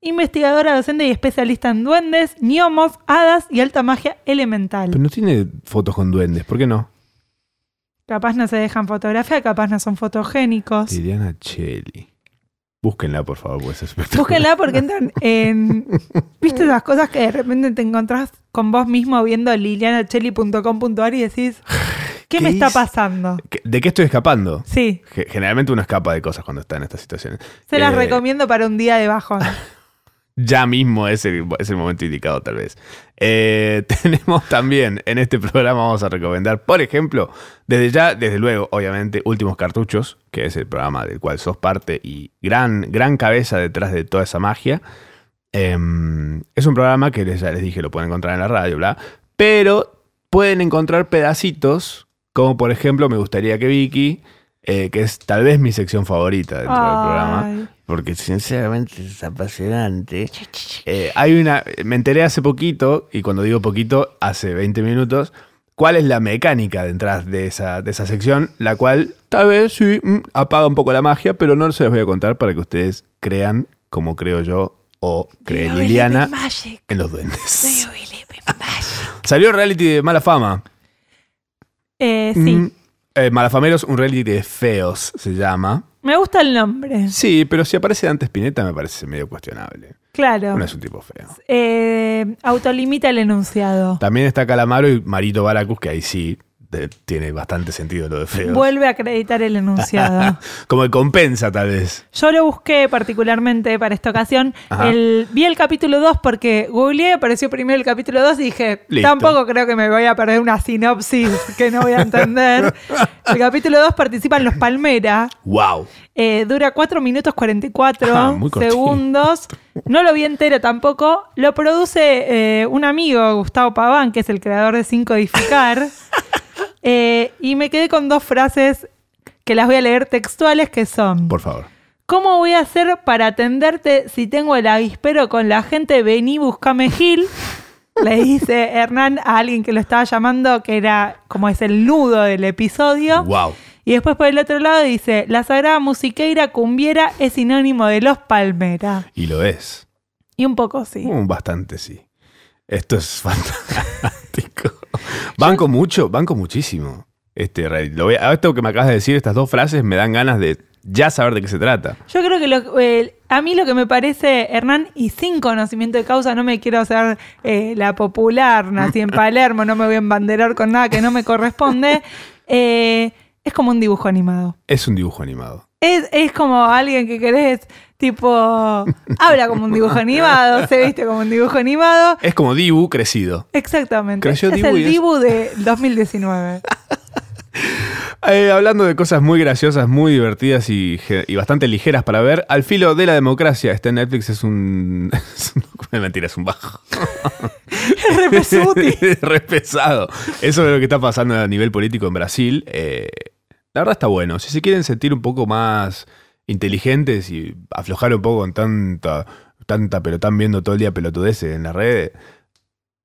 investigadora, docente y especialista en duendes, gnomos, hadas y alta magia elemental.
Pero no tiene fotos con duendes, ¿por qué no?
Capaz no se dejan fotografiar, capaz no son fotogénicos.
Liliana Cheli. Búsquenla, por favor, pues es espectacular.
[laughs] Búsquenla porque entran en. ¿Viste esas cosas que de repente te encontrás con vos mismo viendo lilianacheli.com.ar y decís, ¿qué,
¿Qué
me está
hice?
pasando?
¿Qué- ¿De qué estoy escapando?
Sí,
Ge- Generalmente uno escapa de cosas cuando está en estas situaciones.
se las
Eh,
recomiendo para un día
[laughs]
de bajón.
Ya mismo es el, es el momento indicado, tal vez. Eh, [laughs] tenemos también en este programa, vamos a recomendar, por ejemplo, desde ya, desde luego, obviamente, Últimos Cartuchos, que es el programa del cual sos parte y gran, gran cabeza detrás de toda esa magia. Em, es un programa que les, ya les dije, lo pueden encontrar en la radio, bla. Pero pueden encontrar pedacitos, como por ejemplo, me gustaría que Vicky, eh, que es tal vez mi sección favorita dentro del programa
Ay.
porque sinceramente es apasionante. Eh, hay una, me enteré hace poquito, y cuando digo poquito, hace 20 minutos, cuál es la mecánica detrás de esa, de esa sección, la cual tal vez sí mm, apaga un poco la magia, pero no se los voy a contar para que ustedes crean como creo yo o cree
Do you
Liliana
believe in magic?
en los
Do you
duendes.
believe in magic?
Salió reality de mala fama.
Eh, sí,
Mm, eh, Malafameros, un reality de feos se llama.
me gusta el nombre,
Sí, pero si aparece Dante Spinetta me parece medio cuestionable.
claro.
No es un tipo feo.
Eh, autolimita el enunciado.
También está Calamaro y Marito Baracus, que ahí sí de- tiene bastante sentido lo de feo.
Vuelve a acreditar
[laughs]
el enunciado.
Como que compensa, tal vez.
Yo lo busqué particularmente para esta ocasión.
Ajá.
El- vi el capítulo 2 porque googleé, apareció primero el capítulo 2 y dije,
Listo.
tampoco creo que me voy a perder una sinopsis que no voy
[laughs]
a entender. el capítulo 2 participan los Palmera.
¡Wow!
eh, dura 4 minutos 44
Ah, muy cortito.
segundos. No lo vi entero tampoco. Lo produce eh, un amigo, Gustavo Paván, que es el creador de
[laughs]
Sin Codificar. Eh, y me quedé con dos frases que las voy a leer textuales que son...
Por favor.
¿Cómo voy a hacer para atenderte si tengo el avispero con la gente? Vení, buscame Gil. Le dice Hernán a alguien que lo estaba llamando, que era como es el nudo del episodio.
¡Wow!
Y después por el otro lado dice, la sagrada musiqueira cumbiera es sinónimo de los palmera.
Y lo es.
Y un poco sí.
Mm, bastante, sí. Esto es [laughs] fantástico. Banco mucho, banco muchísimo. Este, reality. lo voy a- esto que me acabas de decir, estas dos frases, me dan ganas de ya saber de qué se trata.
Yo creo que lo- eh, a mí lo que me parece, Hernán, y sin conocimiento de causa, no me quiero hacer eh, la popular, nací en Palermo, no me voy a embanderar con nada que no me corresponde, eh, es como un dibujo animado.
Es un dibujo animado.
Es, es como alguien que querés, tipo, habla como un dibujo animado, se viste como un dibujo animado.
Es como Dibu crecido.
Exactamente.
Creció
es
Dibu y
el
es-
Dibu de 2019.
Eh, hablando de cosas muy graciosas, muy divertidas y, ge- y bastante ligeras para ver, Al filo de la democracia, está en Netflix, es un... [laughs] Es un mentira, es un bajo. [laughs]
Repesuti.
Re pesado. Eso es lo que está pasando a nivel político en Brasil. Eh, la verdad está bueno. Si se quieren sentir un poco más inteligentes y aflojar un poco con tanta, tanta, pero están viendo todo el día pelotudeces en las redes,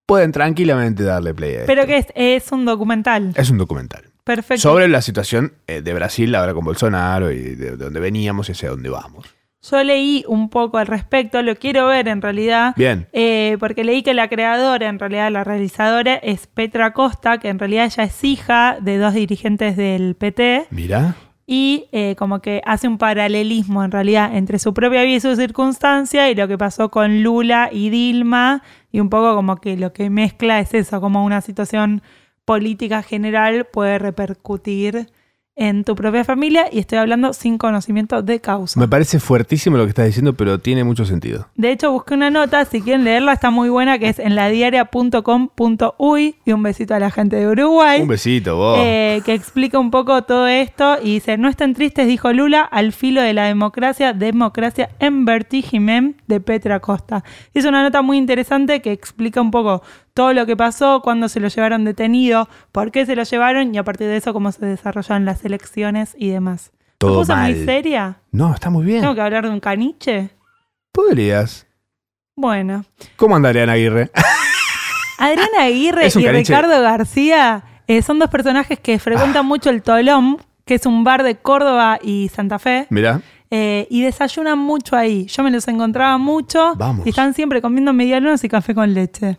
pueden tranquilamente darle play a esto.
Pero que es, es un documental.
Es un documental.
Perfecto.
Eh, sobre la situación eh, de Brasil ahora con Bolsonaro y de, de dónde veníamos y hacia dónde vamos.
Yo leí un poco al respecto, lo quiero ver en realidad.
Bien.
Eh, porque leí que la creadora, en realidad la realizadora, es Petra Costa, que en realidad ella es hija de dos dirigentes del PT.
Mira.
y eh, como que hace un paralelismo en realidad entre su propia vida y su circunstancia y lo que pasó con Lula y Dilma y un poco como que lo que mezcla es eso, como una situación política general puede repercutir en tu propia familia y estoy hablando sin conocimiento de causa.
Me parece fuertísimo lo que estás diciendo, pero tiene mucho sentido.
De hecho, busqué una nota, si quieren leerla, está muy buena, que es en ladiaria.com.uy y un besito a la gente de Uruguay.
Un Oh. besito, vos.
Eh, que explica un poco todo esto y dice, no están tristes, dijo Lula, al filo de la democracia, democracia en vertigimen de Petra Costa. Es una nota muy interesante que explica un poco todo lo que pasó, cuándo se lo llevaron detenido, por qué se lo llevaron y a partir de eso cómo se desarrollan las elecciones y demás. ¿Me
Todo
puso
mal.
muy seria?
No, está muy bien.
¿Tengo que hablar de un caniche?
Podrías.
Bueno.
¿Cómo anda Ariana Aguirre? [laughs]
Adriana Aguirre
Es un
y
caniche.
Ricardo García eh, son dos
Ah. Mm.
personajes que frecuentan mucho el Tolón, que es un bar de Córdoba y Santa Fe.
Mira.
eh, y desayunan mucho ahí. Yo me los encontraba mucho
Vamos.
y están siempre comiendo medialunas y café con leche.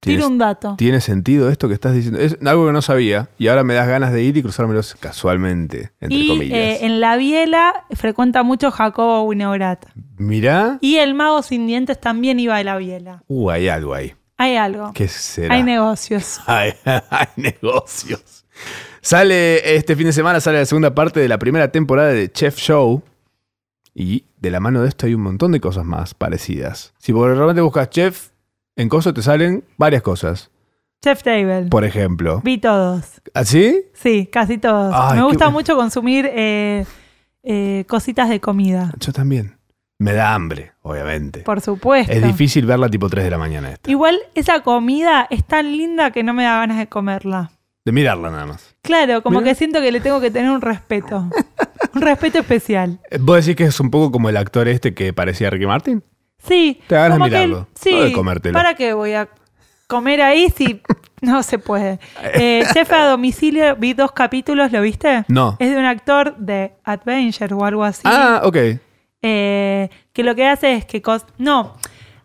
Tienes-
Tiro un dato.
¿Tiene sentido esto que estás diciendo? Es algo que no sabía y ahora me das ganas de ir y cruzármelos casualmente, entre
Y
comillas.
eh, en La Biela frecuenta mucho Jacobo Winograd.
Mirá,
Y el mago sin dientes también iba a La Biela.
uh, hay algo ahí.
Hay algo.
¿Qué será?
Hay negocios.
hay, [laughs] hay negocios. Sale este fin de semana, sale la segunda parte de la primera temporada de Chef Show. Y de la mano de esto hay un montón de cosas más parecidas. Si por realmente buscas Chef, en Coso te salen varias cosas.
Chef Table.
Por ejemplo.
Vi todos.
¿Así?
Sí, casi todos.
Ay,
me
qué
gusta
bueno.
mucho consumir eh, eh, cositas de comida.
Yo también. Me da hambre, obviamente.
Por supuesto.
Es difícil verla tipo 3 de la mañana esta.
Igual esa comida es tan linda que no me da ganas de comerla.
De mirarla nada más.
Claro, como
Mirá.
que siento que le tengo que tener un respeto. un respeto especial.
Eh, ¿Vos decís que es un poco como el actor este que parecía Ricky Martin?
Sí.
Te dan ganas de
como que-
mirarlo,
sí,
no de comértelo.
¿Para qué voy a comer ahí si no
[laughs]
se puede? Eh, Chef a domicilio, vi dos capítulos, ¿lo viste?
No.
Es de un actor de Adventure o algo así.
Ah, ok.
eh, que lo que hace es que... cos- No.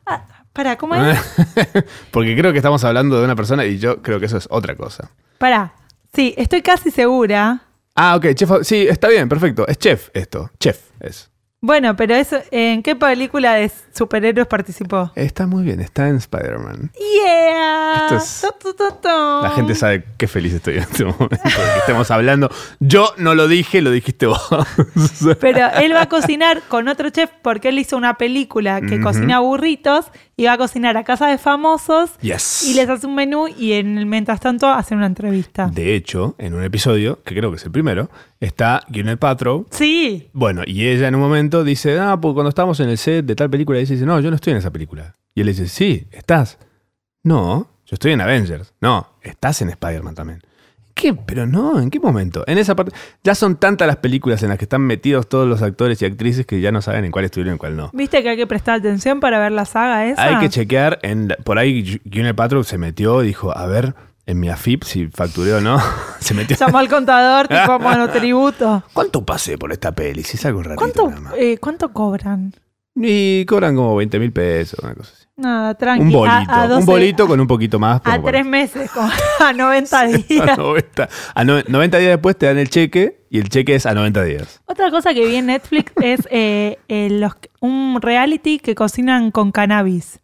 Ah, para, ¿cómo es?
Eh. [laughs] Porque creo que estamos hablando de una persona y yo creo que eso es otra cosa.
Para. Sí, estoy casi segura.
Ah, ok, chef. Sí, está bien, perfecto. Es chef esto. Chef es.
Bueno, pero eso, ¿en qué película de superhéroes participó?
Está muy bien, está en Spider-Man.
¡Yeah!
Esto es-
Tu, tu, tu, tu.
La gente sabe qué feliz estoy en este momento de que estemos hablando. Yo no lo dije, lo dijiste vos. [laughs]
Pero él va a cocinar con otro chef porque él hizo una película que
Ujú.
cocina burritos y va a cocinar a casa de famosos
yes.
y les hace un menú y en el mientras tanto hacen una entrevista.
De hecho, en un episodio, que creo que es el primero, está Gwyneth Paltrow.
Sí,
Bueno, y ella en un momento dice, ah, porque cuando estábamos en el set de tal película, ella dice, no, yo no estoy en esa película. Y él dice, sí, estás. No, yo estoy en Avengers. No, estás en Spider-Man también. ¿Qué? Pero no, ¿en qué momento? En esa parte... Ya son tantas las películas en las que están metidos todos los actores y actrices que ya no saben en cuál estuvieron y en cuál no.
viste que hay que prestar atención para ver la saga esa.
Hay que chequear, en la- por ahí Junior Patrol se metió y dijo, a ver, en mi AFIP si facturé o no. [laughs] se metió...
[laughs] Llamó al contador
[laughs]
tipo monotributo.
¿Cuánto pasé por esta peli? Si es algo ratito
¿Cuánto,
nada más.
eh, ¿Cuánto cobran?
Y cobran como 20 mil pesos, una cosa así.
Nada, tranqui.
Un
a-
bolito.
a 12
un bolito con un poquito más.
A
como para-
tres meses, como a
[laughs]
90
a [laughs]
días.
90, a no- 90 días después te dan el cheque y el cheque es a 90 días.
Otra cosa que vi en Netflix es eh, eh, los- un reality que cocinan con cannabis,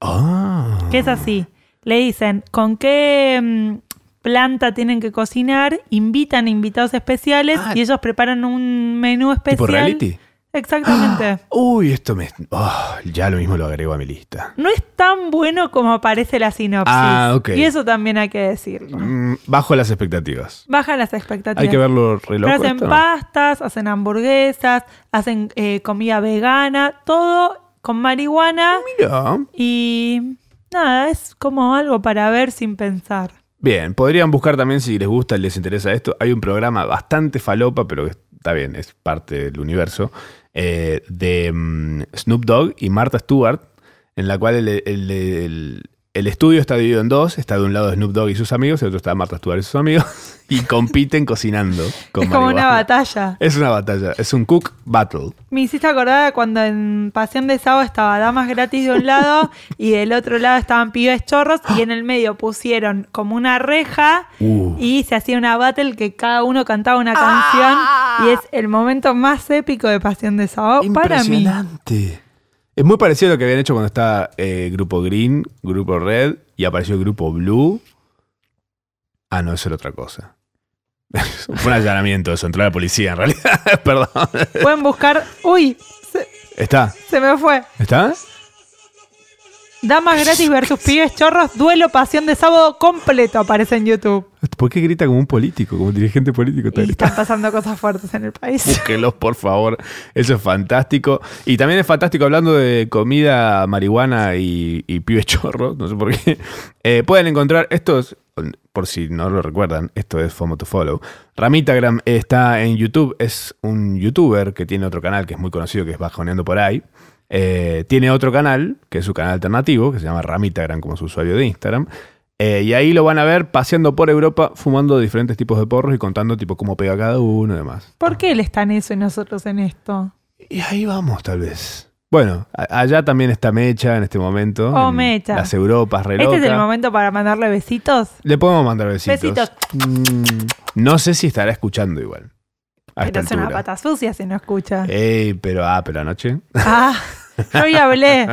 Ah.
que es así. Le dicen con qué mm, planta tienen que cocinar, invitan invitados especiales
Ah.
y ellos preparan un menú especial.
¿Tipo reality? [gasps]
Exactamente. [gasps]
Uy, esto me. ah, ya lo mismo lo agrego a mi lista.
No es tan bueno como aparece la sinopsis.
Ah, ok.
Y eso también hay que decirlo.
Mm, bajo las expectativas.
Bajan las expectativas.
Hay que verlo re
Pero
loco
hacen
esto, ¿no?
pastas, hacen hamburguesas, hacen eh, comida vegana, todo con marihuana
Mirá.
y nada, es como algo para ver sin pensar.
Bien, podrían buscar también si les gusta, les interesa esto. Hay un programa bastante falopa, pero que está bien, es parte del universo, eh, de mm, Snoop Dogg y Martha Stewart, en la cual el, el- el- el estudio está dividido en dos. Está de un lado Snoop Dogg y sus amigos, y el otro está Martha Stewart y sus amigos, [laughs] y compiten cocinando. Con
es como una
marihuana.
batalla.
Es una batalla, es un cook battle.
Me hiciste acordar cuando en Pasión de Sábado estaba Damas Gratis de un
[laughs]
lado y del otro lado estaban Pibes Chorros y en el medio pusieron como una reja
Uh.
y se hacía una battle que cada uno cantaba una canción y es el momento más épico de Pasión de Sábado Oh, para mí.
Impresionante. Es muy parecido a lo que habían hecho cuando estaba eh, Grupo Green, Grupo Red y apareció Grupo Blue. Ah, no, eso era otra cosa. [laughs] Fue un allanamiento eso, entró la policía en realidad. [laughs] Perdón.
Pueden buscar. Uy, se,
¿Está?
se me fue.
¿Está?
Damas gratis versus pibes chorros, duelo pasión de sábado completo aparece en YouTube.
¿Por qué grita como un político, como un dirigente político? Está
Y
gritando.
están pasando cosas fuertes en el país.
Búsquenlos, por favor. Eso es fantástico. Y también es fantástico hablando de comida, marihuana y, y pibe chorro. No sé por qué. Eh, pueden encontrar estos, por si no lo recuerdan, esto es FOMO to Follow. Ramitagram está en YouTube. Es un youtuber que tiene otro canal que es muy conocido, que es Bajoneando por ahí. Eh, tiene otro canal, que es su canal alternativo, que se llama Ramitagram como su usuario de Instagram. Eh, y ahí lo van a ver paseando por Europa, fumando diferentes tipos de porros y contando tipo cómo pega cada uno y demás.
¿Por qué él está en eso y nosotros en esto?
Y ahí vamos, tal vez. Bueno, a- allá también está Mecha en este momento.
Oh,
en
Mecha.
Las Europas, reloj.
Este es el momento para mandarle besitos.
Le podemos mandar besitos.
Besitos.
Mm, no sé si estará escuchando igual. A esta
pero es una
altura.
pata sucia si no escucha.
Ey, pero ah, pero anoche.
Ah, yo
[laughs]
hoy hablé.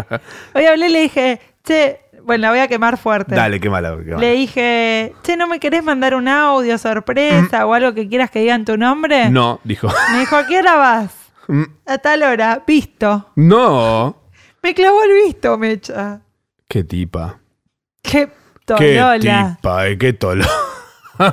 Hoy hablé y le dije, che, bueno, la voy a quemar fuerte.
Dale, qué malo. qué malo.
Le dije, che, ¿no me querés mandar un audio sorpresa o algo que quieras que digan tu nombre?
Mm. No, dijo. [laughs]
Me dijo, ¿a qué hora vas?
Mm,
A tal hora, visto.
no.
Me clavó el visto, Mecha.
Qué tipa.
Qué
Qué
tolola.
tipa, eh, qué tolo. [laughs]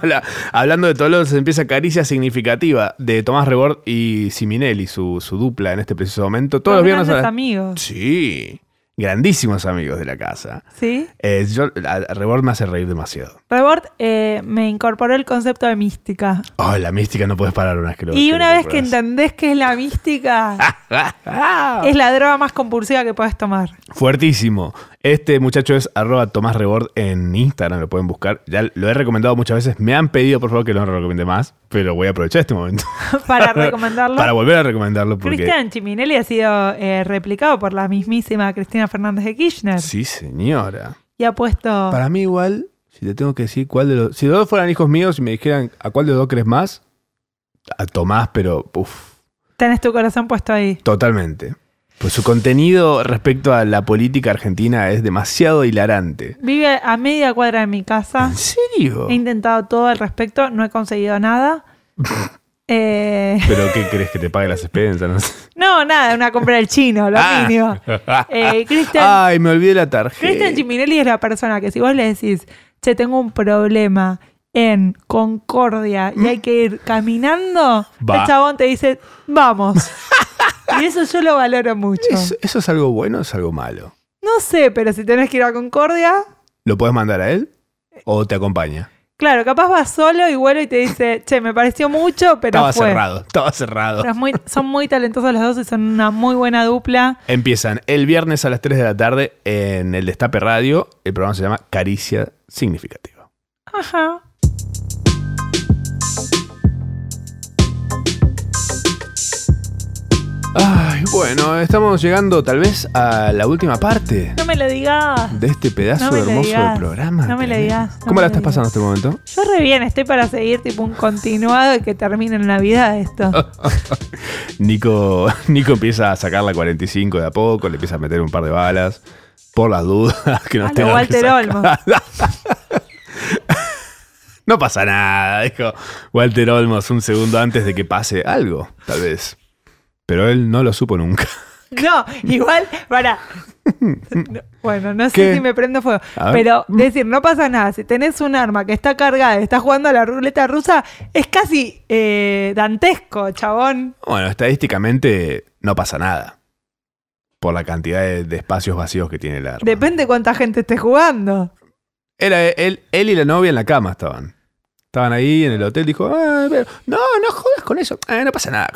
Hola. Hablando de tolos, empieza Caricia Significativa de Tomás Rebord y Siminelli, su, su dupla en este preciso momento. Todos los viernes a
grandes
las-
amigos.
Sí, grandísimos amigos de la casa.
¿Sí?
Eh, yo, a- a Rebord me hace reír demasiado.
Rebord eh, me incorporó el concepto de mística.
Oh, la mística no puedes parar una vez que lo
y una
lo
vez que
compras.
entendés que es
[laughs]
la mística, es la droga más compulsiva que puedes
[laughs]
tomar.
Fuertísimo. Este muchacho es arroba Tomás Rebord en Instagram, lo pueden buscar. Ya lo he recomendado muchas veces. Me han pedido, por favor, que no lo recomiende más, pero voy a aprovechar este momento.
Para
[laughs]
recomendarlo.
Para volver a recomendarlo porque...
Cristian Chiminelli ha sido eh, replicado por la mismísima Cristina Fernández de Kirchner
Sí, señora.
y ha puesto
Para mí igual, si te tengo que decir cuál de los... Si los dos fueran hijos míos y me dijeran a cuál de los dos crees más, a Tomás, pero... Uf,
tenés tu corazón puesto ahí.
totalmente. Pues su contenido respecto a la política argentina es demasiado hilarante.
Vive a media cuadra de mi casa.
¿En serio?
He intentado todo al respecto, no he conseguido
[laughs]
nada. Eh,
¿Pero qué crees que te pague las expensas? No sé.
[laughs] no, nada, una compra del chino, lo
Ah.
mínimo. Eh, Cristian
Ay, me olvidé la
Cristian
tarjeta.
Chiminelli es la persona que si vos le decís, che, tengo un problema en Concordia y hay que ir caminando,
Va.
el chabón te dice,
[laughs]
vamos. y eso yo lo valoro mucho.
¿Eso, eso es algo bueno o es algo malo?
No sé, pero si tenés que ir a Concordia,
¿Lo puedes mandar a él? ¿O te acompaña?
claro, capaz vas solo y vuelo y te dice, che, me pareció mucho, pero
estaba
fue.
cerrado, estaba cerrado.
Pero es muy- son muy talentosos los dos y son una muy buena dupla.
Empiezan el viernes a las 3 de la tarde en el Destape Radio. El programa se llama Caricia Significativa.
Ajá.
Ay, bueno, estamos llegando tal vez a la última parte
No me lo digas.
de este pedazo
No me lo
hermoso
digas,
de programa.
no me lo
Tremendo.
digas, no
¿Cómo
me
la
lo
estás pasando en este momento?
Yo re bien, estoy para seguir tipo un continuado y que termine en Navidad esto.
Nico, [laughs] Nico empieza a sacar la 45 de a poco, le empieza a meter un par de balas. Por las dudas [laughs] que
A
nos tengan
lo
que
Ah, Walter
sacar. [laughs] No pasa nada, dijo Walter Olmos un segundo antes de que pase algo, tal vez. Pero él no lo supo nunca.
[laughs] No, igual,
[laughs]
para. No, Bueno, no sé
¿Qué?
si me prendo fuego.
A ver.
Pero decir, no pasa nada. Si tenés un arma que está cargada y estás jugando a la ruleta rusa, es casi eh, dantesco, chabón.
Bueno, estadísticamente no pasa nada. Por la cantidad de, de espacios vacíos que tiene el arma.
Depende cuánta gente esté jugando.
Era e, él, él y la novia en la cama estaban. Estaban ahí en el hotel, dijo, "Ah, pero- no, no jodas con eso, Ah, no pasa nada.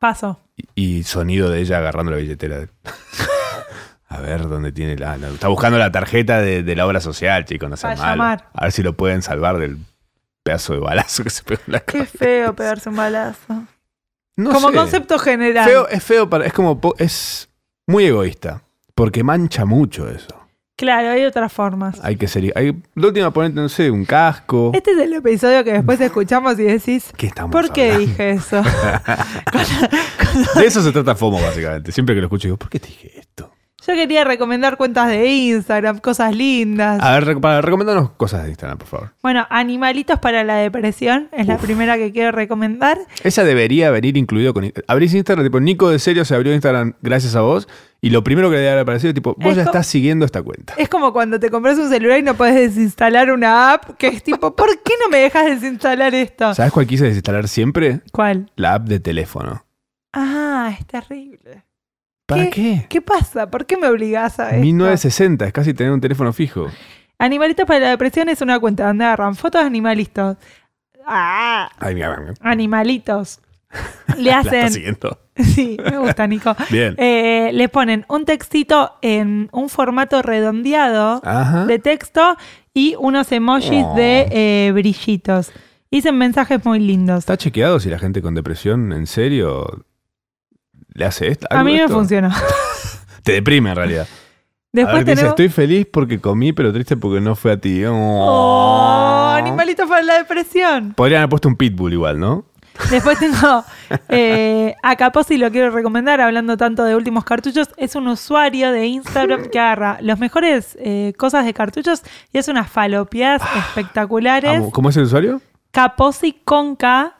Paso.
Y, y sonido de ella agarrando la billetera. [laughs] de- A ver dónde tiene la... no, está buscando la tarjeta de, de la obra social, chicos, no sean malos.
Para llamar.
A ver si lo pueden salvar del pedazo de balazo que se pegó en la
[laughs] Qué
cabeza.
feo pegarse un balazo.
No
Como
sé.
concepto general.
Feo- es feo, para, es como... po- Es muy egoísta, porque mancha mucho eso.
Claro, hay otras formas.
Hay que ser... Hay, la última ponente, no sé, un casco.
Este es el episodio que después escuchamos y decís,
¿Qué estamos
¿por qué
hablando? [laughs]
dije eso?
De eso se trata FOMO, básicamente. Siempre que lo escucho digo, ¿por qué te dije esto?
Yo quería recomendar cuentas de Instagram, cosas lindas.
A ver, rec- para recomendarnos cosas de Instagram, por favor.
Bueno, Animalitos para la Depresión es la primera que quiero recomendar. Es
ya
co-
estás siguiendo esta cuenta.
Es como cuando te compras un celular y no puedes desinstalar una app, que es tipo, ¿por qué no me dejas desinstalar esto?
¿Sabes cuál quise desinstalar siempre?
¿Cuál?
La app de teléfono.
Ah, es terrible.
¿Para qué?
¿Qué pasa? ¿Por qué me obligás a esto?
1960, es casi tener un teléfono fijo.
Animalitos para la Depresión es una cuenta donde agarran fotos de animalitos. Ah,
Ay, mira, mira, mira.
animalitos. Le
La está
hacen...
siguiendo.
[laughs] Sí, me gusta, Nico.
Bien.
Eh, le ponen un textito en un formato redondeado
Ajá.
de texto y unos emojis
Ah. Oh.
de eh, brillitos. Y dicen mensajes muy lindos.
¿Está chequeado si la gente con depresión en serio le hace esto?
A mí me funcionó. [laughs]
Te deprime en realidad.
Después
a ver, dice,
tenemos.
estoy feliz porque comí, pero triste porque no fue a ti. Oh.
¡Oh! Animalito para la depresión.
Podrían haber puesto un pitbull igual, ¿no? [laughs]
Después tengo eh, a Caposi, lo quiero recomendar, hablando tanto de últimos cartuchos, es un usuario de Instagram que agarra los mejores eh, cosas de cartuchos y hace unas falopias espectaculares.
Ah, Amo. ¿Cómo es el usuario?
Caposi con K.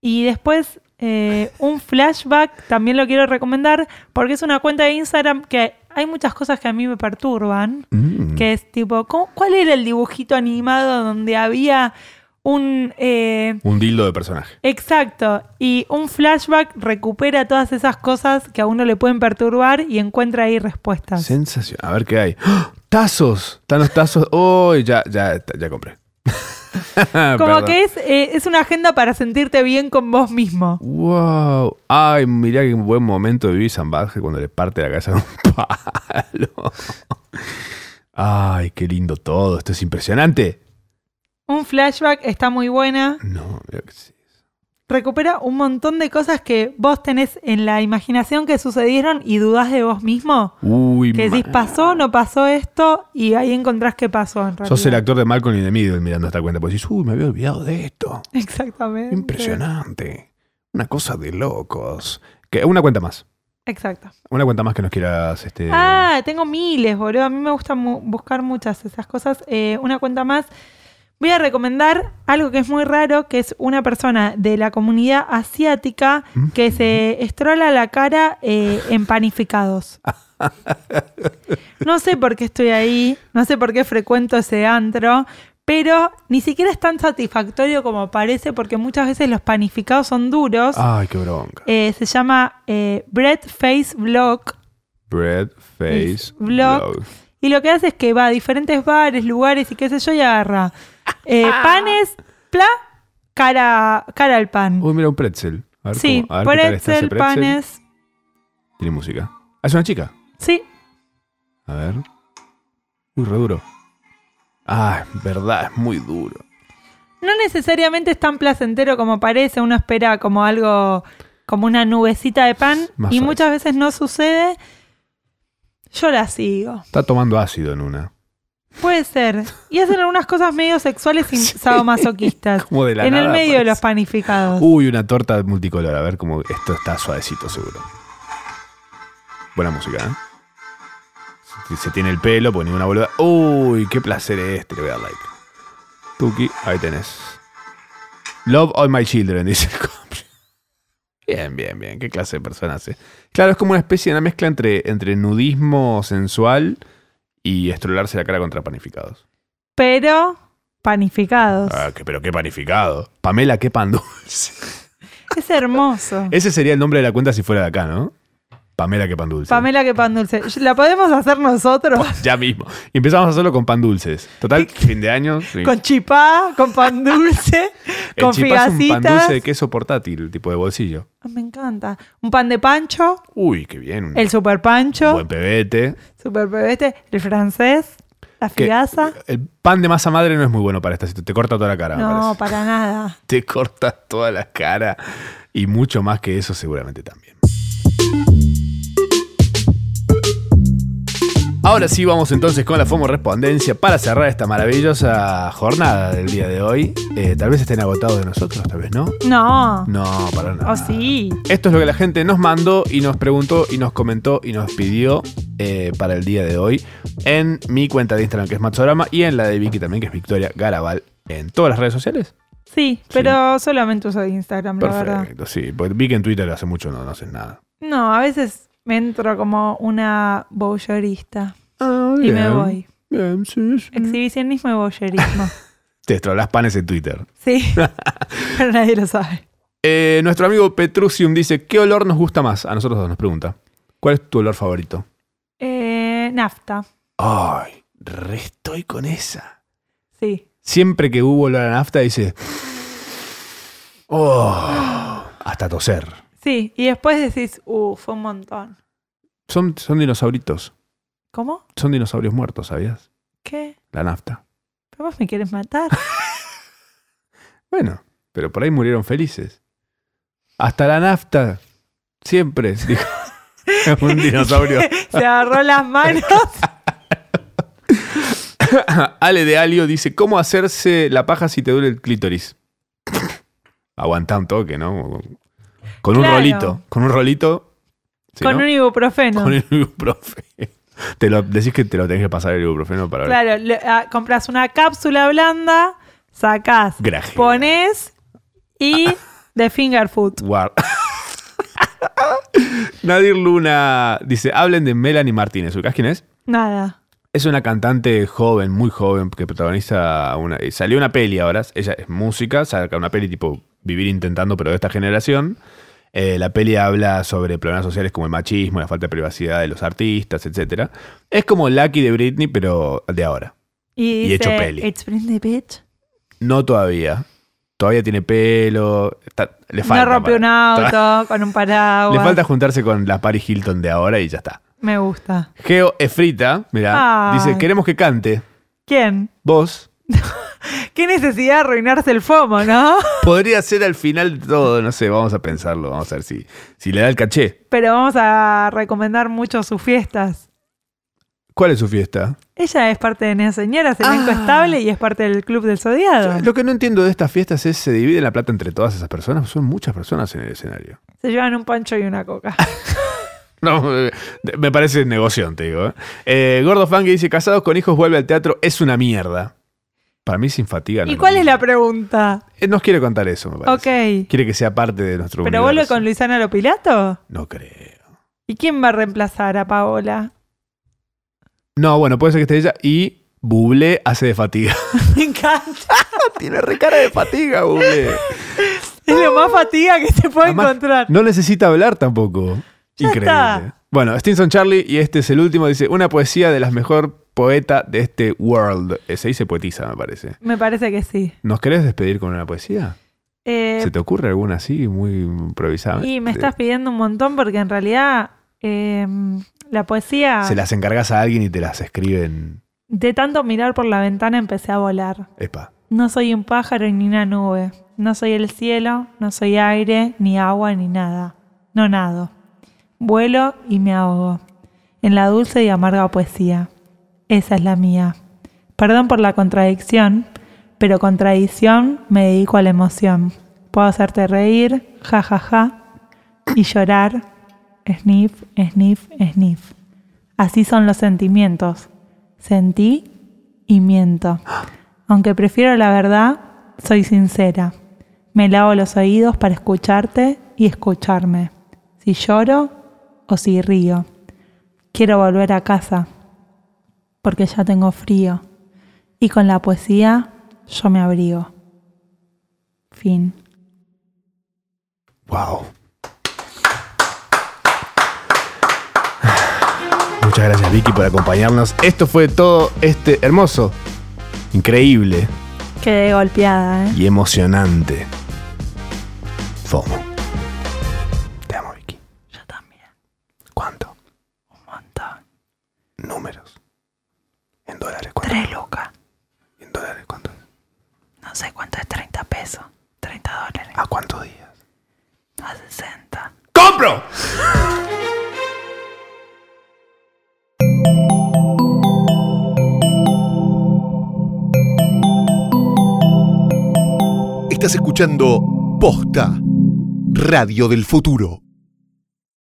Y después eh, un flashback, también lo quiero recomendar, porque es una cuenta de Instagram que hay muchas cosas que a mí me perturban.
Mm.
Que es tipo, ¿cómo- ¿cuál era el dibujito animado donde había un... eh,
Un dildo de personaje.
Exacto, y un flashback recupera todas esas cosas que a uno le pueden perturbar y encuentra ahí respuestas.
Sensación. A ver qué hay. ¡Ah! ¡Tazos! Están los tazos. [laughs] ¡Oh! Ya, ya, ya compré. [laughs]
Como que es, eh, es una agenda para sentirte bien con vos mismo.
¡Wow! ¡Ay, mirá qué buen momento de vivir San Badge cuando le parte la cabeza con un [laughs] palo! ¡Ay, qué lindo todo! Esto es impresionante.
Un flashback está muy buena,
No, mira que sí.
recupera un montón de cosas que vos tenés en la imaginación que sucedieron y dudás de vos mismo.
Uy,
Que
ma-
decís, pasó, no pasó esto, y ahí encontrás qué pasó en realidad.
Sos el actor de Malcolm y de Middle mirando esta cuenta. Pues decís, uy, me había olvidado de esto.
[laughs] Exactamente.
Impresionante. Una cosa de locos. Que, una cuenta más.
Exacto.
Una cuenta más que nos quieras. Este,
Ah, tengo miles, boludo. A mí me gusta mu- buscar muchas de esas cosas. Eh, una cuenta más. Voy a recomendar algo que es muy raro, que es una persona de la comunidad asiática que se estrola la cara eh, en panificados. No sé por qué estoy ahí, no sé por qué frecuento ese antro, pero ni siquiera es tan satisfactorio como parece porque muchas veces los panificados son duros.
Ay, qué bronca.
Eh, se llama eh, Bread Face Block.
Bread, face,
es blog.
blog.
Y lo que hace es que va a diferentes bares, lugares y qué sé yo, y agarra eh, panes, pla, cara, cara al pan.
Uy, mira un pretzel. A ver
sí,
cómo- a ver qué tal está ese
pretzel, panes.
Tiene música. Ah, es una chica.
Sí,
A ver. Uy, re duro. Ah, es verdad, es muy duro.
no necesariamente es tan placentero como parece, uno espera como algo, como una nubecita de pan,
Más
y
suave.
muchas veces no sucede. Yo la sigo.
Está tomando ácido en una. [laughs]
Puede ser. Y hacen algunas cosas medio
[laughs]
sexuales y sadomasoquistas.
Como de la
en el
nada
medio de los
aparece. Uh.
panificados.
Uy, una torta multicolor. A ver cómo esto está suavecito, seguro. Buena música, ¿eh? Se- Se tiene el pelo, pues ninguna boluda. Uy, qué placer es este. Le voy a dar like. Tuki, ahí tenés. Love all my children, [laughs] dice el cómplice. Bien, bien, bien. ¿Qué clase de persona es? Claro, es como una especie de una mezcla entre, entre nudismo sensual y estrolarse la cara contra panificados.
Pero panificados.
Ah, que- pero qué panificado. Pamela, qué pan dulce.
Es hermoso.
Ese sería el nombre de la cuenta si fuera de acá, ¿no? Pamela que pan dulce.
Pamela que pan dulce. ¿La podemos hacer nosotros?
[laughs] Ya mismo. Y empezamos a hacerlo con pan dulces.
[laughs]
Total, fin de año. sí.
Con chipá,
[laughs]
con pan dulce,
El
con
chipá es un pan
figacitas.
dulce de queso portátil, tipo de bolsillo.
Ah, Me encanta. Un pan de pancho,
Uy, qué bien. Un
el super pancho,
buen pebete.
super pebete, el francés, la
Que-
figaza.
El pan de masa madre no es muy bueno para esta situación. Te corta toda la cara, me
No,
ah, parece.
para nada.
[laughs] Te corta toda la cara. Y mucho más que eso seguramente también. Ahora sí, vamos entonces con la FOMO Respondencia para cerrar esta maravillosa jornada del día de hoy. Eh, tal vez estén agotados de nosotros, tal vez no.
No.
No, para nada.
Oh, sí.
Esto es lo que la gente nos mandó y nos preguntó y nos comentó y nos pidió eh, para el día de hoy en mi cuenta de Instagram que es Matsorama y en la de Vicky también que es Victoria Garabal en todas las redes sociales.
Sí, pero solamente uso Instagram, la verdad.
Perfecto, sí. Porque vi que en Twitter hace mucho no, no haces nada.
No, a veces me entro como una bollerista y me voy.
Ah, Bien, sí, sí.
Exhibicionismo
[laughs]
y bollerismo.
Te estrolás panes en Twitter.
Sí, [laughs] pero nadie lo sabe.
Eh, nuestro amigo Petrusium dice: ¿Qué olor nos gusta más? A nosotros dos nos pregunta. ¿Cuál es tu olor favorito?
Eh, nafta,
Ay, re estoy con esa.
sí.
Siempre que hubo olor a nafta, dice. Oh, hasta toser.
Sí, y después decís, uh, fue un montón.
Son, son dinosauritos.
¿Cómo?
Son dinosaurios muertos, ¿sabías?
¿Qué?
La nafta.
¿Pero vos me quieres matar?
Bueno, pero por ahí murieron felices. Hasta la nafta. Siempre, [laughs] dijo un [laughs]
[laughs]
dinosaurio.
Se agarró
[laughs]
las manos.
Ale de Alio dice, ¿cómo hacerse la paja si te duele el clítoris? Aguanta un toque, ¿no? Con un
Claro.
rolito, con un rolito. si
con
no,
un ibuprofeno.
con el ibuprofeno. Te lo, decís que te lo tenés que pasar el ibuprofeno para ver.
Claro, le- ah, compras una cápsula blanda, sacás,
Graje.
pones y
Ah.
de finger food.
Guard- [laughs] Nadir Luna dice, hablen de Melanie Martínez. ¿Ubicás quién es?
Nada.
Es una cantante joven, muy joven, que protagoniza una... eh, Salió una peli ahora, ella es música, saca una peli tipo Vivir Intentando, pero de esta generación. Eh, la peli habla sobre problemas sociales como el machismo, la falta de privacidad de los artistas, etc. Es como Lucky de Britney, pero de ahora.
Y,
Y
dice,
hecho peli.
It's Britney, bitch.
No todavía. Todavía tiene pelo, está- le falta.
no rompe
[laughs] para-
un auto con un paraguas.
Le falta juntarse con la Paris Hilton de ahora y ya está.
Me gusta.
Geo Efrita, mira,
Ay.
dice, queremos que cante.
¿Quién?
Vos,
¿Qué necesidad de arruinarse el FOMO, no?
Podría ser al final de todo, no sé, vamos a pensarlo, vamos a ver si, si le da el caché.
Pero vamos a recomendar mucho sus fiestas.
¿Cuál es su fiesta? Yo-
Ella es parte de Nea Señoras,
Ah.
elenco estable y es parte del Club del Zodiado.
Lo que no entiendo de estas fiestas es se divide la plata entre todas esas personas, son muchas personas en el escenario. [laughs]
Se llevan un pancho y una coca.
No, eh, me parece negocio, te digo. ¿eh? Eh, Gordo Fan que dice, casados con hijos vuelve al teatro, es una mierda. Para mí sin fatiga. no
¿Y
lo
cuál es
mismo.
la pregunta?
Eh, Nos quiere contar eso, me parece.
Ok.
Quiere que sea parte de nuestro
¿Pero vuelve
universo.
con Luisana Lopilato?
No creo.
¿Y quién va a reemplazar
[laughs]
a Paola?
No, bueno, puede ser que esté ella y Buble hace de fatiga. [laughs]
Me encanta.
Tiene recara de fatiga, Buble.
[laughs] Es lo más fatiga que se puede
Además,
encontrar.
No necesita hablar tampoco.
Ya
Increíble.
está.
Bueno, Stinson Charlie, y este es el último, dice, una poesía de las mejor poeta de este world. Eh, Se dice poetiza, me parece.
Me parece que sí.
¿Nos querés despedir con una poesía?
Eh,
¿Se te ocurre alguna así, muy improvisada?
y me estás pidiendo un montón porque en realidad eh, la poesía,
Se las encargas a alguien y te las escriben.
de tanto mirar por la ventana, empecé a volar.
Epa.
No soy un pájaro ni una nube. No soy el cielo, no soy aire, ni agua, ni nada. No nado. Vuelo y me ahogo. En la dulce y amarga poesía. Esa es la mía. Perdón por la contradicción, pero contradicción me dedico a la emoción. Puedo hacerte reír, ja, ja, ja, y llorar, sniff, sniff, sniff. Así son los sentimientos. Sentí y miento. Aunque prefiero la verdad, soy sincera. Me lavo los oídos para escucharte y escucharme. Si lloro o si río. Quiero volver a casa porque ya tengo frío. Y con la poesía yo me abrigo. Fin.
Wow. Muchas gracias Vicky por acompañarnos. Esto fue todo este hermoso, increíble
Quedé golpeada, ¿eh?
y emocionante. FOMO. Te amo, Vicky.
Yo también.
¿Cuánto?
Un montón.
Números. En dólares, ¿cuánto?
Tres lucas.
En dólares, ¿cuánto?
No sé cuánto es 30 pesos. 30 dólares.
¿A cuántos días?
A 60.
¡Compro!
Estás escuchando Posta Radio del Futuro.